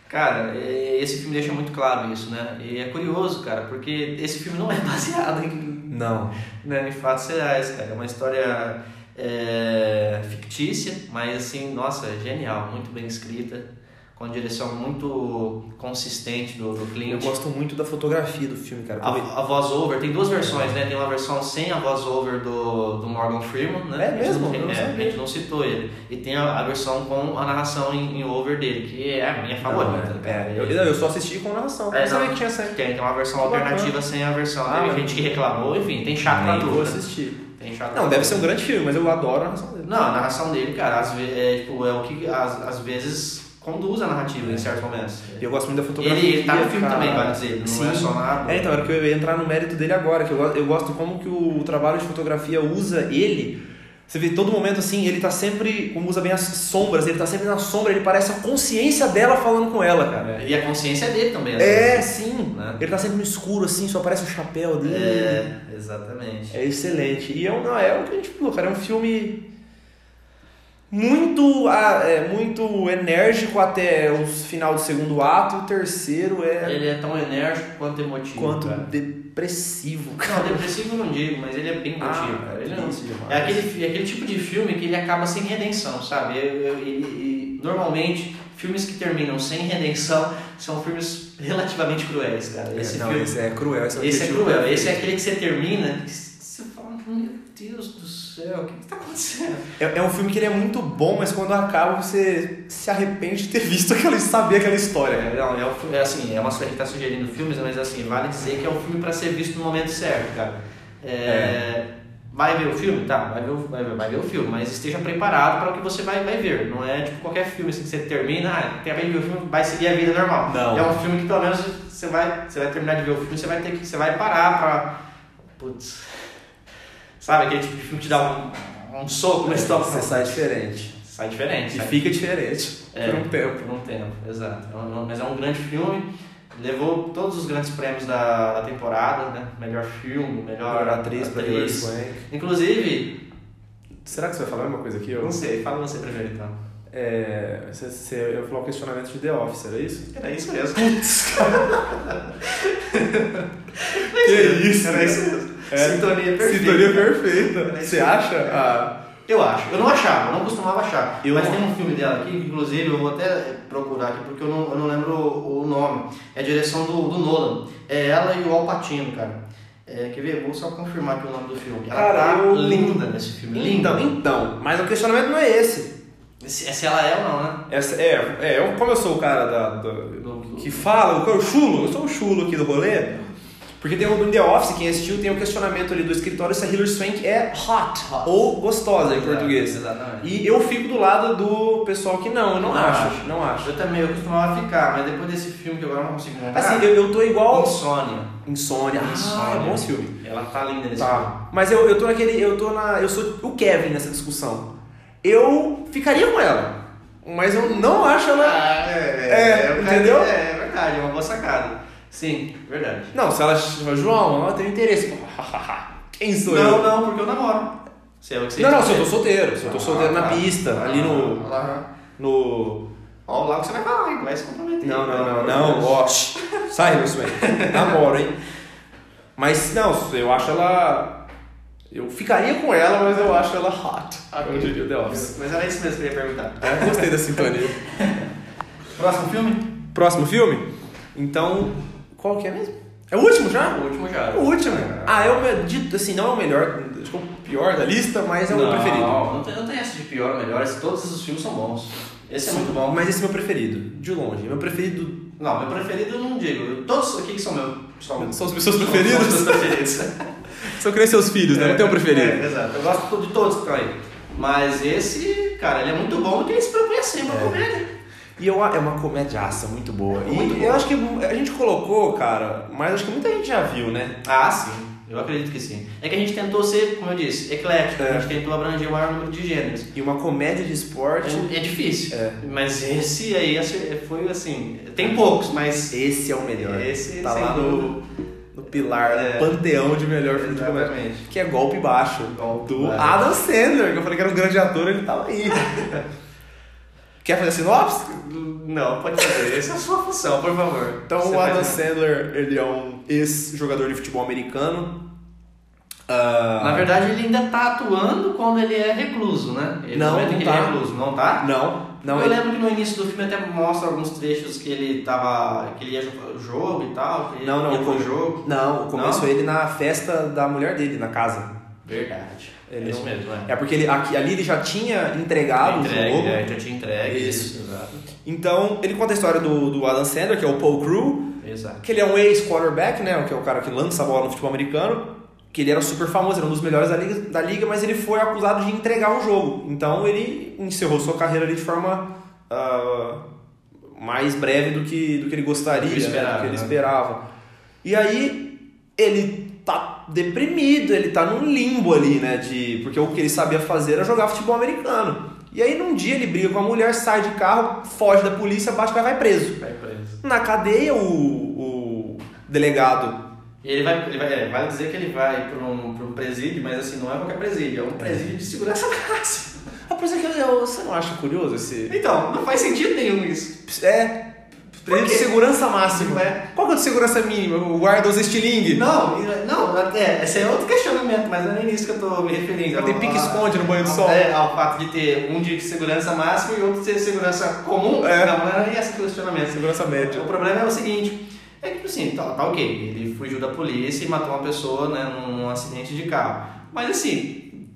Cara, é, esse filme deixa muito claro isso, né? E é curioso, cara, porque esse filme não é [LAUGHS] baseado em
Não.
né, em fatos reais, cara. É uma história é, fictícia, mas assim, nossa, genial, muito bem escrita, com direção muito consistente do, do
Eu
Clint.
gosto muito da fotografia do filme, cara. Como ele-
A, a voz over, tem duas versões, né? Tem uma versão sem a voz over do, do Morgan Freeman, né?
É
A gente
mesmo?
não
Eu
tem-
não
é, a
sabia.
gente não citou ele. E tem a, a versão com a narração em, em over dele, que é a minha favorita.
Não,
cara.
é, é, eu, não, eu só assisti com narração.
É,
não sabia
não.
que tinha essa.
Tem, tem uma versão
Que bacana.
alternativa sem a versão.
Ah,
Tem
mas-
gente que reclamou, enfim, tem chato pra
Nem vou
tudo. né?
assistir.
Tem chato pra
Não, deve
tudo.
ser um grande filme, mas eu adoro a narração dele.
Não, a narração dele, cara, às vezes, é, tipo, é o que às, às vezes conduz a narrativa em certos momentos.
E eu gosto muito da fotografia.
Ele, ele tá no filme
cara.
também, vale dizer, não
Sim.
é só na...
É, então, era que eu ia entrar no mérito dele agora, que eu, go- eu gosto como que o trabalho de fotografia usa ele. Você vê todo momento assim, ele tá sempre, como usa bem as sombras, ele tá sempre na sombra, ele parece a consciência dela falando com ela, cara.
E a consciência é dele também, às
então, É,
vezes,
sim.
né?
Ele tá sempre no escuro, assim, só aparece o chapéu dele.
É, exatamente.
É excelente. E é, um, não, é o que a gente falou, cara. É um filme muito, ah, é, muito enérgico até o final do segundo ato. E o terceiro é
Ele é tão enérgico quanto emotivo,
quanto
cara.
depressivo, cara.
Não, depressivo eu não digo, mas ele é bem emotivo, cara. Ele é um- É
Ah, é
aquele, fi- é aquele tipo de filme que ele acaba sem redenção, sabe? Eu- eu- e- e, normalmente, filmes que terminam sem redenção são filmes relativamente cruéis, cara. Esse
não,
filme
esse é cruel. Esse é, o
Esse é
objetivo
cruel,
perfeito.
esse é aquele que você termina que você fala, meu Deus do céu, o que que tá acontecendo?
É, é um filme que ele é muito bom, mas quando acaba você se arrepende de ter visto aquela, saber aquela história.
É,
cara.
não, é, um fi- é assim, é uma série que tá sugerindo filmes, mas assim, vale dizer que é um filme pra ser visto no momento certo, cara. É, Vai ver o filme? Tá, vai ver, o- vai, ver, vai ver o filme, mas esteja preparado para o que você vai, vai ver. Não é tipo qualquer filme assim, que você termina, ah, acabei de ver o filme, vai seguir a vida normal.
Não.
É um filme que pelo menos você vai, você vai terminar de ver o filme, você vai ter que. Você vai parar pra. Putz. Sabe aquele tipo de filme que te dá um, um soco no estômago?
Você sai diferente.
Sai diferente.
E
sai
fica diferente
É,
por um tempo.
Por um tempo, exato. É um- mas é um é grande filme Levou todos os grandes prêmios da, da temporada, né? Melhor filme, melhor,
Melhor atriz pra Hilary Swank.
Inclusive,
Será que você vai falar a mesma coisa aqui?
eu não sei, fala você primeiro então.
É, você, você, eu ia falar o questionamento de The Office, era isso?
Era isso mesmo.
[LAUGHS] Que isso,
Era
cara.
isso mesmo.
É.
Sintonia perfeita.
Sintonia perfeita.
Era isso
Você
mesmo.
acha? Ah,
Eu acho. Eu não achava, eu não costumava achar.
Eu
Mas
não-
tem um filme dela aqui, que, inclusive, eu vou até procurar aqui porque eu não, eu não lembro o, o nome. É a direção do, do Nolan. É ela e o Al Pacino, cara. É, quer ver? Vou só confirmar aqui o nome do filme. Ela
Cara,
tá
eu-
linda nesse filme.
então,
Linda.
então. Mas o questionamento não é esse.
Se, é se ela é ou não, né?
Essa, é, é, eu, como eu sou o cara da, da- que fala, eu chulo, eu sou o chulo aqui do rolê. Porque tem o The Office, quem assistiu, tem o questionamento ali do escritório se a Hilary Swank é hot,
Hot.
ou gostosa em português.
Exatamente.
E eu fico do lado do pessoal que não, eu não,
Não
acho,
acho.
não acho.
Eu também, eu costumava ficar, mas depois desse filme que agora eu não consigo lembrar.
Assim, eu, eu tô igual.
Insônia.
Insônia. Ah,
Insônia.
é bom esse filme.
Ela tá linda nesse filme.
Tá. Mas eu, eu tô naquele. Eu tô na. Eu sou o Kevin nessa discussão. Eu ficaria com ela. Mas eu não acho ela.
Ah, é,
É,
o cara-
entendeu?
É, é verdade, é uma boa sacada. Sim, verdade.
Não, se ela chama João, ela tem interesse. [LAUGHS] Quem sou
não,
eu?
não, porque eu namoro. Se é o que você
não, não,
diz.
se eu tô solteiro. Se eu tô
Ah,
solteiro na
tá.
pista, ali no.
Lá.
No.
Ó, lá que você vai falar, hein? Vai se comprometer.
Não, não, não, não, ó. shh, Sai, meu sonho. Namoro, hein? Mas não, eu acho ela. Eu ficaria com ela, mas eu acho ela hot.
Ah,
Eu diria The Office.
Mas era isso mesmo que eu ia perguntar.
Eu gostei da sintonia.
Próximo filme?
Próximo filme? Então, qual que é mesmo? É o último já?
Ah, O último já.
É o último. Ah, é o meu, dito assim, não é o melhor, acho que é o pior da lista, mas é o meu preferido.
Não, não tem, não tem essa de pior ou melhor. esse- Todos os filmes são bons. Esse é muito bom.
Mas esse é o meu preferido, de longe. Meu preferido
Não, meu preferido eu não digo. Todos aqui que são meus. São,
são os seus
são-
preferidos?
São os meus
[LAUGHS]
preferidos.
São que nem seus filhos, né? Não tem um preferido.
É, exato. Eu gosto de todos que estão aí. Mas esse, cara, ele é muito bom do que ele se propõe a ser
É.
uma comédia.
E eu, é uma comédiaça muito boa. E
Muito
eu
boa.
acho que a gente colocou, cara, mas acho que muita gente já viu, né?
Ah, sim. Eu acredito que sim. É que a gente tentou ser, como eu disse, eclético.
É.
A gente tentou abranger o maior número de gêneros.
E uma comédia de esporte.
É, é difícil.
É.
Mas esse aí assim, foi assim. Tem poucos, mas.
Esse é o melhor.
Esse,
tá
sem
lá no,
dúvida.
no pilar,
É.
no panteão de melhor filme de comédia.
Exatamente.
que é Golpe Baixo,
Golpe
do
Baixo.
Adam Sandler, que eu falei que era um grande ator, ele tava
[LAUGHS]
aí. Quer fazer sinopse?
Não, pode fazer. Essa é a sua função, por favor.
Então,
Você
o Adam
faz-
Sandler, ele é um ex-jogador de futebol americano. Ah,
Na verdade, ele ainda tá atuando quando ele é recluso, né? Ele
Não,
momento em que
não
ele
tá.
é recluso, não tá?
Não, não,
eu
ele...
lembro que no início do filme até mostra alguns trechos que ele tava. que ele ia jogar jogo e tal. Que ele
Não, não,
ia pro
como-
jogo.
Não, o começo
Não?
é ele na festa da mulher dele, na casa.
Verdade.
Ele
é isso
não-
mesmo, né?
É porque ele, aqui- ali ele já tinha entregado
entregue,
o Tá jogo.
é, já tinha entregue.
Isso.
exato.
Então, ele conta a história do, do Adam Sandler, que é o Paul Crew,
Exato.
que ele é um ex-quarterback, né? Que é o cara que lança a bola no futebol americano. Que ele era super famoso, era um dos melhores da liga, da liga, mas ele foi acusado de entregar o jogo. Então ele encerrou sua carreira ali de forma ah, mais breve do que, do que ele gostaria,
Do que esperava,
né, do que ele
né?
esperava. E aí ele tá deprimido, ele tá num limbo ali, né? De, porque o que ele sabia fazer era jogar futebol americano. E aí num dia ele briga com a mulher, sai de carro, foge da polícia, bate o cara e vai preso.
Vai preso.
Na cadeia, o, o delegado.
E ele vai, ele vai, é, vale dizer que ele vai pra um, pra um presídio, mas assim, não é qualquer presídio, é um presídio de segurança [LAUGHS] máxima.
Ah, por isso que eu- você não acha curioso esse.
Então, não faz sentido nenhum isso.
É. Presídio de
quê?
segurança máxima.
É.
Qual que é o de segurança mínima? O guarda usa estilingue?
Não, não, é, esse é outro questionamento, mas não é nem isso que eu tô me referindo.
Tem pique-esconde no banho do sol.
É, ao fato de ter um de segurança máxima e outro de segurança comum.
É.
Não, não era nem esse questionamento.
[LAUGHS] Segurança média.
O problema é o seguinte, é que tipo assim, tá, tá ok, ele fugiu da polícia e matou uma pessoa né, num, num acidente de carro. Mas assim,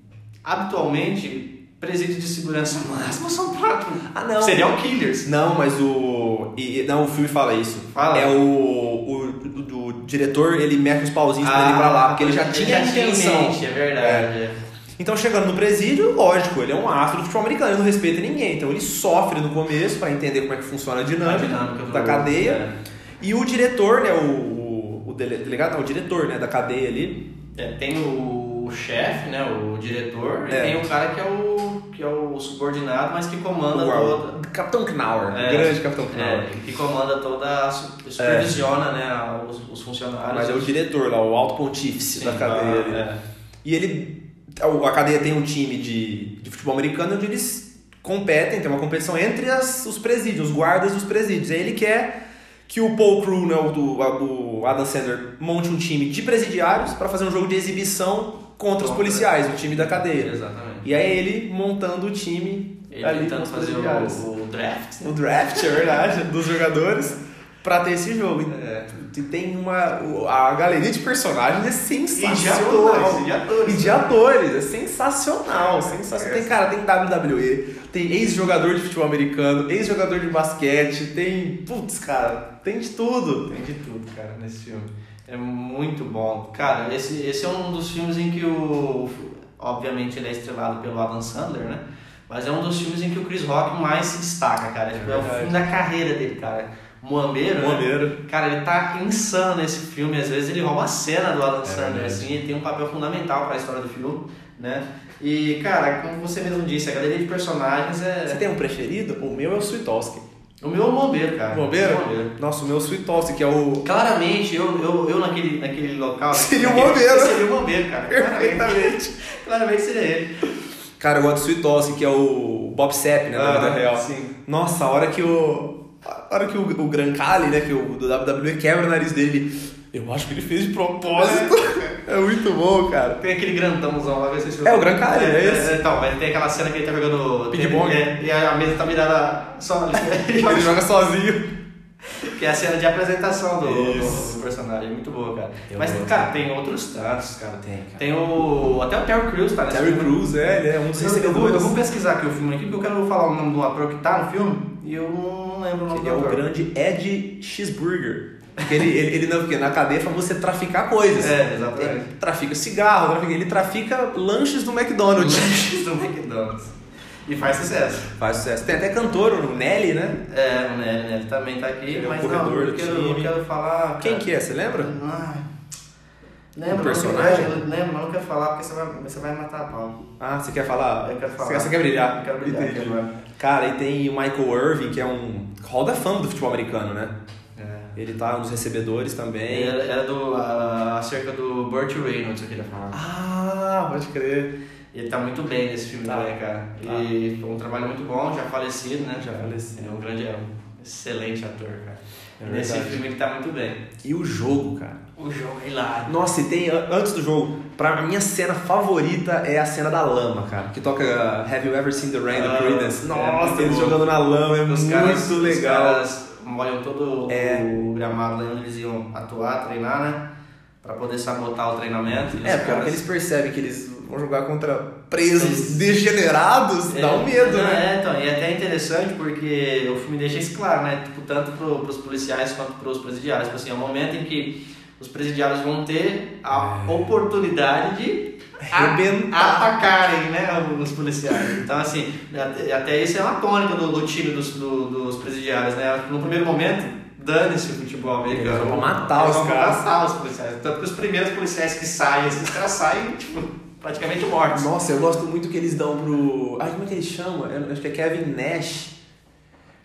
habitualmente, presídios de segurança [LAUGHS] máxima são pra
Ah, não.
serial killers.
Não, mas o. e- e- não, o filme fala isso.
Fala.
É o. o do, do diretor, ele mexe os pauzinhos pra ele ir pra lá, porque ele Ah,
Ah,
já tinha a
em
intenção.
mente, É verdade. é.
Então, chegando no presídio, lógico, ele é um astro do futebol americano, ele não respeita ninguém. Então, ele sofre no começo pra entender como é que funciona a
A
dinâmica,
dinâmica do-
da cadeia.
é.
E o diretor, né, o, o, o dele- delegado, não, o diretor, né, da cadeia ali,
É, tem o chefe, né, o diretor,
É.
e tem o cara que é o que é o subordinado, mas que comanda
Uau.
toda.
Capitão Knauer,
É.
o grande Capitão
É,
Knauer.
que comanda toda, a su- supervisiona né, a- os, os funcionários.
Mas é o diretor lá, o alto pontífice
Sim,
da cadeia. ali.
é.
E ele. A cadeia tem um time de, de futebol americano onde eles competem, tem uma competição entre as- os presídios, os guardas dos presídios. E aí ele quer que o Paul Crew, né, o, do, a- do Adam Sandler, monte um time de presidiários para fazer um jogo de exibição contra os
Contra.
policiais, o time da cadeia.
Exatamente.
E aí é ele montando o time
Ele
ali com
tentando
os
fazer
presidiários.
o, o draft.
O draft, é verdade, [LAUGHS] dos jogadores pra ter esse jogo. E
É.
e tem uma. o- A galeria de personagens é sensacional.
de atores. né? É.
E de atores, é sensacional, sensacional. Tem cara, tem WWE, tem ex-jogador de futebol americano, ex-jogador de basquete, tem. Putz, cara, tem de tudo.
Tem de tudo, cara, nesse filme. É muito bom. Cara, esse, esse é um dos filmes em que o. Obviamente ele é estrelado pelo Adam Sandler, né? Mas é um dos filmes em que o Chris Rock mais se destaca, cara. Tipo, É, o
verdade.
fim da carreira dele, cara. Moameiro, né?
Maneiro.
Cara, ele tá insano nesse filme. Às vezes ele rouba a cena do Adam Sandler,
É verdade.
assim. Ele tem um papel fundamental pra história do filme, né? E, cara, como você mesmo disse, a galeria de personagens
Você
é.
tem um preferido? O meu é o Suitoski.
O meu é o Moameiro, cara.
Bombeiro?
O Moameiro.
Nossa, o meu é o Suitoski, que é o.
Claramente, eu, eu, eu naquele, naquele local.
Seria o
naquele-
bombeiro.
Seria o bombeiro, cara. Claramente,
Perfeitamente.
claramente seria ele.
Cara, eu gosto do Suitoski, que é o Bob Sepp, né? Na vida real.
Ah, Sim.
Nossa, a hora que o. A hora que o, o Gran Cali, né, que o do WWE quebra o nariz dele. Eu acho que ele fez de propósito. É muito bom, cara.
Tem aquele grandãozão lá, vai ser
É, o Gran Cali, é esse.
Então, mas tem aquela cena que ele tá jogando.
Ping
tem-
pong.
é, e a mesa tá virada
[LAUGHS]
só ali. Ele joga-
Ele joga sozinho.
que é a cena de apresentação do, do-
Isso.
do personagem. é Muito boa, cara.
Eu
mas,
gosto.
cara, tem outros tantos, cara.
Tem, cara.
Tem o. Até o Terry Crews tá nesse
Terry
filme.
Crews, é, ele é um dos
Eu, eu, vou, eu
recebedores.
vou pesquisar aqui o filme aqui, porque eu quero falar o nome do ator que tá no filme e eu um não lembro o nome
Ele
do
é o
ator.
grande Ed Cheeseburger. Porque ele, ele, ele não, porque na cadeia é famoso você traficar coisas.
É, exatamente.
Ele trafica cigarro, trafica- ele trafica lanches do
[LAUGHS]
McDonald's.
lanches do McDonald's. E faz sucesso.
Faz sucesso. Tem até cantor, o Nelly, né?
É, o Nelly, Nelly também tá aqui,
Ele é o
mas não,
corredor
eu
do
quero, eu
time.
quero falar.
Quem que é, você lembra?
Ah, lembra,
Um
personagem?
personagem?
Não, lembra, mas não quero falar porque você vai, você vai matar a pau.
Ah, você quer falar?
Eu quero falar.
Você quer, você quer brilhar?
Eu quero brilhar,
Entendi.
quero brilhar.
Cara, e tem o Michael Irving, que é um hall da fama do futebol americano, né?
É.
Ele tá um dos recebedores também.
Era, É, era do, a- acerca do Burt Reynolds, eu queria falar.
Ah, pode crer.
Ele tá muito bem nesse filme
Tá.
também, cara.
Tá.
E foi um trabalho muito bom, já falecido, né? Já
falecido.
É um grande, é um excelente ator, cara.
É
nesse
verdade.
filme ele tá muito bem.
E o jogo, cara.
O jogo é hilário.
Nossa, e tem, an- antes do jogo, pra a minha cena favorita é a cena da lama, cara. Que toca uh, Have You Ever Seen the Rain, do
Ah,
Creedence.
é,
Nossa,
muito
eles
bom.
jogando na lama, é
Os
muito
caras,
legal.
Os caras molham todo
É.
o gramado lá onde eles iam atuar, treinar, né? Pra poder sabotar o treinamento. E os
É, porque a hora
caras-
que eles percebem que eles vão jogar contra presos degenerados, dá um medo,
é,
né?
É, então, e é até interessante porque o filme deixa isso claro, né? Tipo, tanto pro, pros policiais quanto pros presidiários. Tipo assim, é o momento em que os presidiários vão ter a
É.
oportunidade de
Arrebentar.
atacarem, né, os policiais. Então, assim, até- até isso é uma tônica do, do time dos, do- dos presidiários, né? No primeiro momento, dane-se o futebol americano.
Eles vão É matar
Eles
os
vão
caras.
matar os policiais. Tanto que os primeiros policiais que saem, esses caras saem, tipo, praticamente mortos.
Nossa, eu gosto muito que eles dão pro. Ai, como é que ele chama? Eu acho que é Kevin Nash.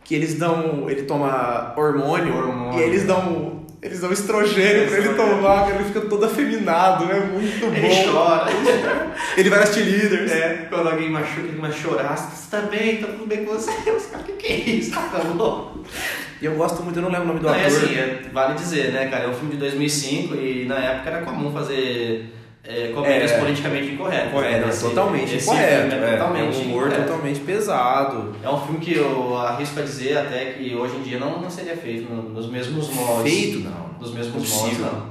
Que eles dão. Ele toma hormônio.
Hormônio.
E aí eles dão. Eles dão estrogênio pra ele
Estrogênio.
tomar, cara. Ele fica todo afeminado, é muito
Ele
bom.
chora.
Ele vai nas cheerleaders.
É, quando alguém machuca, ele vai chorar. Você tá bem, tá tudo bem com você. Os caras, o que, que é isso? Tá louco?
E eu gosto muito, eu não lembro o nome do
Não,
ator.
é assim, é, vale dizer, né, cara? É um filme de 2005 e na época era comum fazer é, comédias
É.
politicamente
É,
incorretas.
não,
né?
é
Esse-
totalmente
esse
incorreto. É,
filme é
é
totalmente
um humor
incorreto.
totalmente pesado.
É um filme que eu arrisco a dizer até que hoje em dia não, não seria feito no- nos mesmos moldes.
Feito, não.
Nos mesmos moldes,
Possível.
não.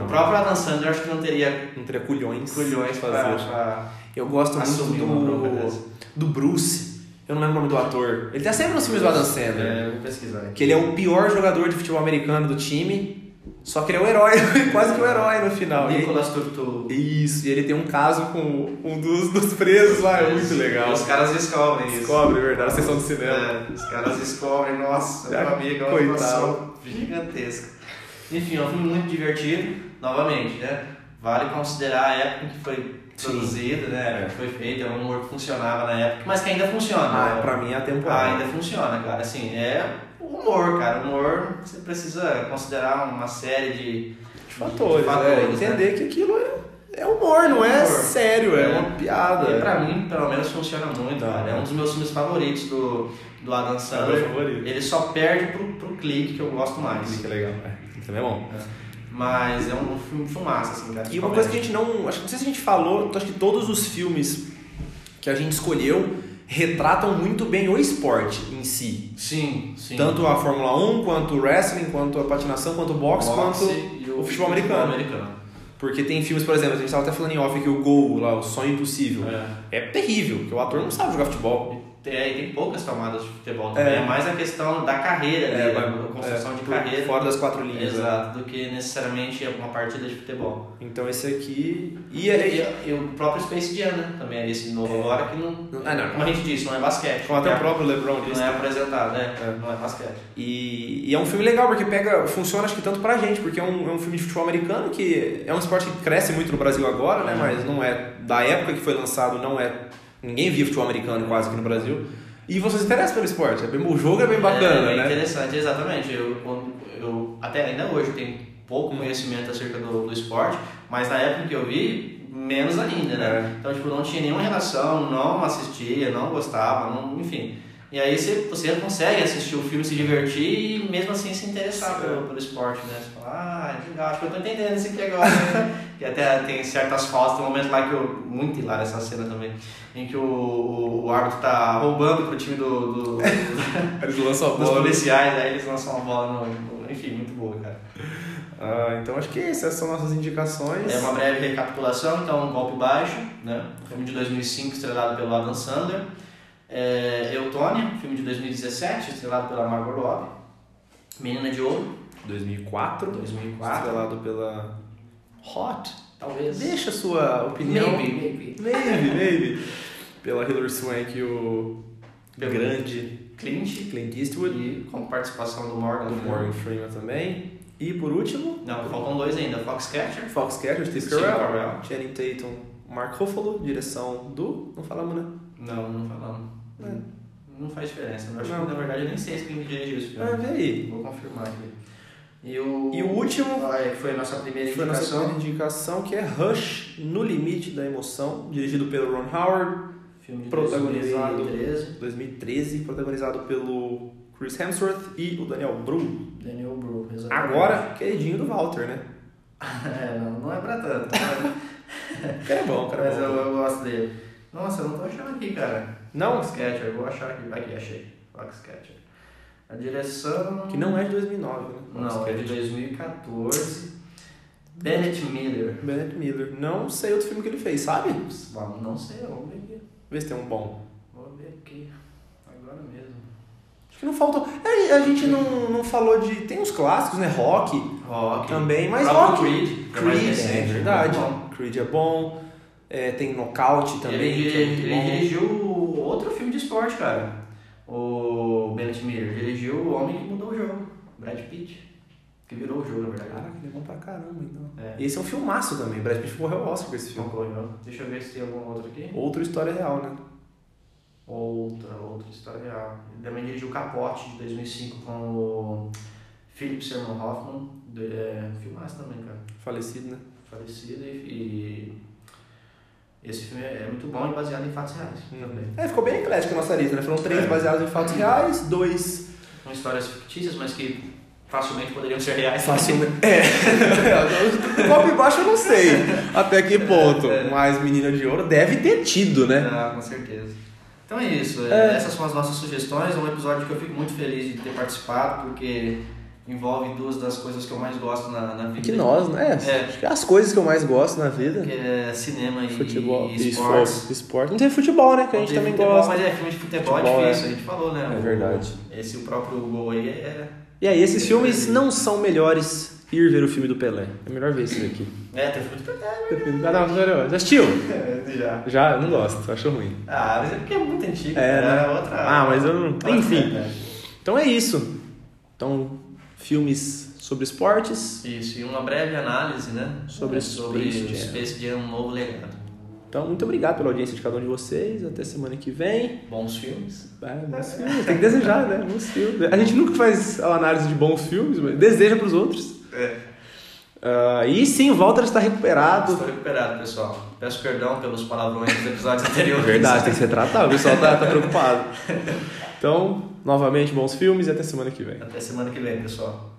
Não,
O próprio Adam Sandler acho que não teria
não teria culhões.
culhões
pra
pra, pra...
Eu gosto
Assumir uma
muito
bronca
do,
dessa.
do Bruce. Eu não lembro o nome do ator. Ele tá sempre nos filmes do Adam Sandler.
É, vou pesquisar aqui.
Que ele é o pior jogador de futebol americano do time. Só que ele é o herói, [LAUGHS] quase que o herói no final. E
Nicolas Turturro.
isso, e ele tem um caso com um dos, dos presos lá, é muito legal.
Os caras descobrem isso.
Descobre, é verdade, a sessão de cinema.
É, os caras descobrem, nossa,
Ah,
meu amigo, é uma
coitado.
situação gigantesca. Enfim, é um filme muito divertido, novamente, né? Vale considerar a época em que foi produzido, né? A época que foi feito, é um humor que funcionava na época, mas que ainda funciona.
Ah,
né?
pra mim é a
Ah,
temporada.
ainda funciona, cara. Assim, é o humor, cara. O humor, você precisa considerar uma série de...
de fatores,
de fatores,
né?
né?
Entender que aquilo é, é humor, não é
Humor.
sério, é,
É.
uma piada.
E pra mim, pelo menos, funciona muito,
Tá.
cara. É um dos meus filmes favoritos do, do Adam
é meu
Sandler.
favorito.
Ele só perde pro, pro clique, que eu gosto mais.
Que legal, é. Também é bom.
Mas é um filme fumaça, assim, cara.
E uma coisa que a gente não. Acho que não sei se a gente falou, acho que todos os filmes que a gente escolheu retratam muito bem o esporte em si.
Sim, sim.
Tanto a Fórmula 1, quanto o wrestling, quanto a patinação, quanto o boxe, quanto.
e
o futebol americano. Porque tem filmes, por exemplo, a gente estava até falando em off que o gol lá, o sonho impossível.
É.
É terrível, porque o ator não sabe jogar futebol.
É, e tem poucas tomadas de futebol também.
É.
É, mais a questão da carreira,
É,
dele,
vai-
a construção
é,
de
por-
carreira.
Fora das quatro linhas. né?
Exato, do que necessariamente uma partida de futebol.
Então esse aqui. é,
E, e- e o próprio Space Jam, né? Também é esse novo agora que não.
Ah, não.
Como a gente disse, não é basquete.
Como até
não
o
é-
próprio LeBron disse.
Não é apresentado, né?
É.
Não é basquete.
E, e é um filme legal, porque pega, funciona acho que tanto pra gente, porque é um, é um filme de futebol americano que é um esporte que cresce muito no Brasil agora,
Uhum.
né? Mas não é. Da época que foi lançado, não é. Ninguém via futebol americano quase aqui no Brasil. E você se interessa pelo esporte. É bem, o jogo é bem bacana,
é, é
né?
interessante, exatamente. Eu, quando- eu até ainda hoje tenho pouco conhecimento acerca do, do esporte, mas na época que eu vi, menos ainda, né? Então, tipo, não tinha nenhuma relação, não assistia, não gostava, não, enfim. E aí você, você consegue assistir o filme, se divertir e mesmo assim se interessar pelo, pelo esporte, né? Você fala, ah, é legal, acho que eu tô entendendo isso aqui agora. [LAUGHS] né? e até tem certas falas, tem um momento lá que eu... Muito hilário essa cena também. Em que o, o, o árbitro tá roubando pro time do- do
Eles lançam a
dos
bola.
policiais, aí eles lançam uma bola no. Enfim, muito boa, cara.
Ah, então acho que essas são nossas indicações.
É uma breve recapitulação, então, um golpe baixo, né? Filme de 2005, estrelado pelo Adam Sandler. É, Eutônia, filme de 2017, estrelado pela Margot Robbie. Menina de Ouro,
2004.
2004.
Estrelado pela Hot.
talvez.
Deixa a sua opinião.
Maybe, maybe.
Maybe, maybe. Pela Hilary Swank e o
Pelo-
grande
Clint.
Clint Eastwood.
E com participação do Morgan.
Do Morgan Freeman também. E por último,
Não, faltam dois ainda. Foxcatcher.
Foxcatcher, Steve
Steve
Carell,
Carell.
Channing Tatum, Mark Ruffalo, direção do... Não falamos, né?
Não, não falamos.
É.
Hum, Não faz diferença. Eu acho
Não.
que, na verdade, eu nem sei quem dirigiu esse filme.
Ah, vê aí.
Vou confirmar aqui. E o,
E o último
Ah, é, foi a nossa primeira
foi a nossa
indicação.
primeira indicação, que é Rush, No Limite da Emoção, dirigido pelo Ron Howard,
Filme de
Protagonizado.
2013,
2013, protagonizado pelo Chris Hemsworth e o Daniel Bru.
Daniel Bru, exatamente.
Agora, queridinho do Walter, né?
[LAUGHS] é, não, não é pra tanto,
[LAUGHS]
mas,
O cara é bom, o cara
mas
é
eu,
bom.
eu gosto dele. Nossa, eu não tô achando aqui, cara.
Não,
Foxcatcher, eu vou achar aqui. Aqui, achei. Foxcatcher. A direção...
que não é de 2009, né?
Não, é de 2014. Bennett Miller.
Bennett Miller. Não sei outro filme que ele fez, sabe?
Bom, não sei, vamos ver aqui.
Vê se tem um bom.
Vou ver aqui. Agora mesmo.
Acho que não faltou. É, a gente não, não falou de. Tem uns clássicos, né? Rock
Rock.
também, mas
Próprio
rock.
Creed. que é mais
Creed, é,
recente.
verdade.
Bom.
Creed é bom. É, tem Knockout também.
Ele,
que é
dirigi-
muito
ele
bom.
dirigiu outro filme de esporte, cara. O Bennett Miller dirigiu O Homem que Mudou o Jogo, Brad Pitt. Que virou o jogo, na verdade.
Caraca, ele é bom pra caramba, então.
É.
E esse é um filmaço também. Brad Pitt morreu ao Oscar com esse filme.
Concorreu. Deixa eu ver se tem algum outro aqui.
Outra história real, né?
Outra, outra história real. Ele também dirigiu Capote, de 2005, com o Philip Seymour Hoffman. Do, é, filmaço também, cara.
Falecido, né?
Falecido e... e esse filme é é muito bom e baseado em fatos reais também.
É, ficou bem eclético a nossa lista, né? Foram três
É.
baseados em fatos reais, dois.
São histórias fictícias, mas que facilmente poderiam ser reais.
Facilmente. É. [LAUGHS] Copo e É. baixo eu não sei até que ponto.
É.
Mas Menina de Ouro deve ter tido, né?
Ah, com certeza. Então é isso.
É.
Essas são as nossas sugestões. É um episódio que eu fico muito feliz de ter participado, porque envolve duas das coisas que eu mais gosto na, na vida.
Que nós, né?
É.
Acho que as coisas que eu mais gosto na vida.
Que é cinema e,
Futebol,
e esportes.
esporte. esporte. Não tem futebol, né? Que a
Não
gente também
teve futebol,
gosta.
Mas é, filme de futebol,
Futebol,
é difícil, a gente falou, né?
É verdade.
Esse o próprio gol aí é,
E aí, esses filmes não são melhores ir ver o filme do Pelé. É melhor ver esses aqui.
é tem filme de futebol.
Ah, não, melhor. Já assistiu?
É, já.
Já, não gosto, acho ruim.
Ah, mas é porque é muito antigo.
É,
cara,
né?
é outra.
Ah, mas eu não.
outra
Enfim.
época.
Então é isso. Então, filmes sobre esportes.
Isso, e uma breve análise, né?
Sobre
sobre
Space
o
Jam.
Space Jam, um novo legado.
Então, muito obrigado pela audiência de cada um de vocês. Até semana que vem.
Bons filmes.
Ah, bons filmes. Tem que desejar, né? Bons filmes. A gente nunca faz a análise de bons filmes, mas deseja pros outros.
É.
Ah, e sim, o Walter está recuperado.
Estou recuperado, pessoal. Peço perdão pelos palavrões dos episódios anteriores.
Verdade, tem que se retratar. O pessoal tá, tá preocupado. Então, novamente, bons filmes e até semana que vem.
Até semana que vem, pessoal.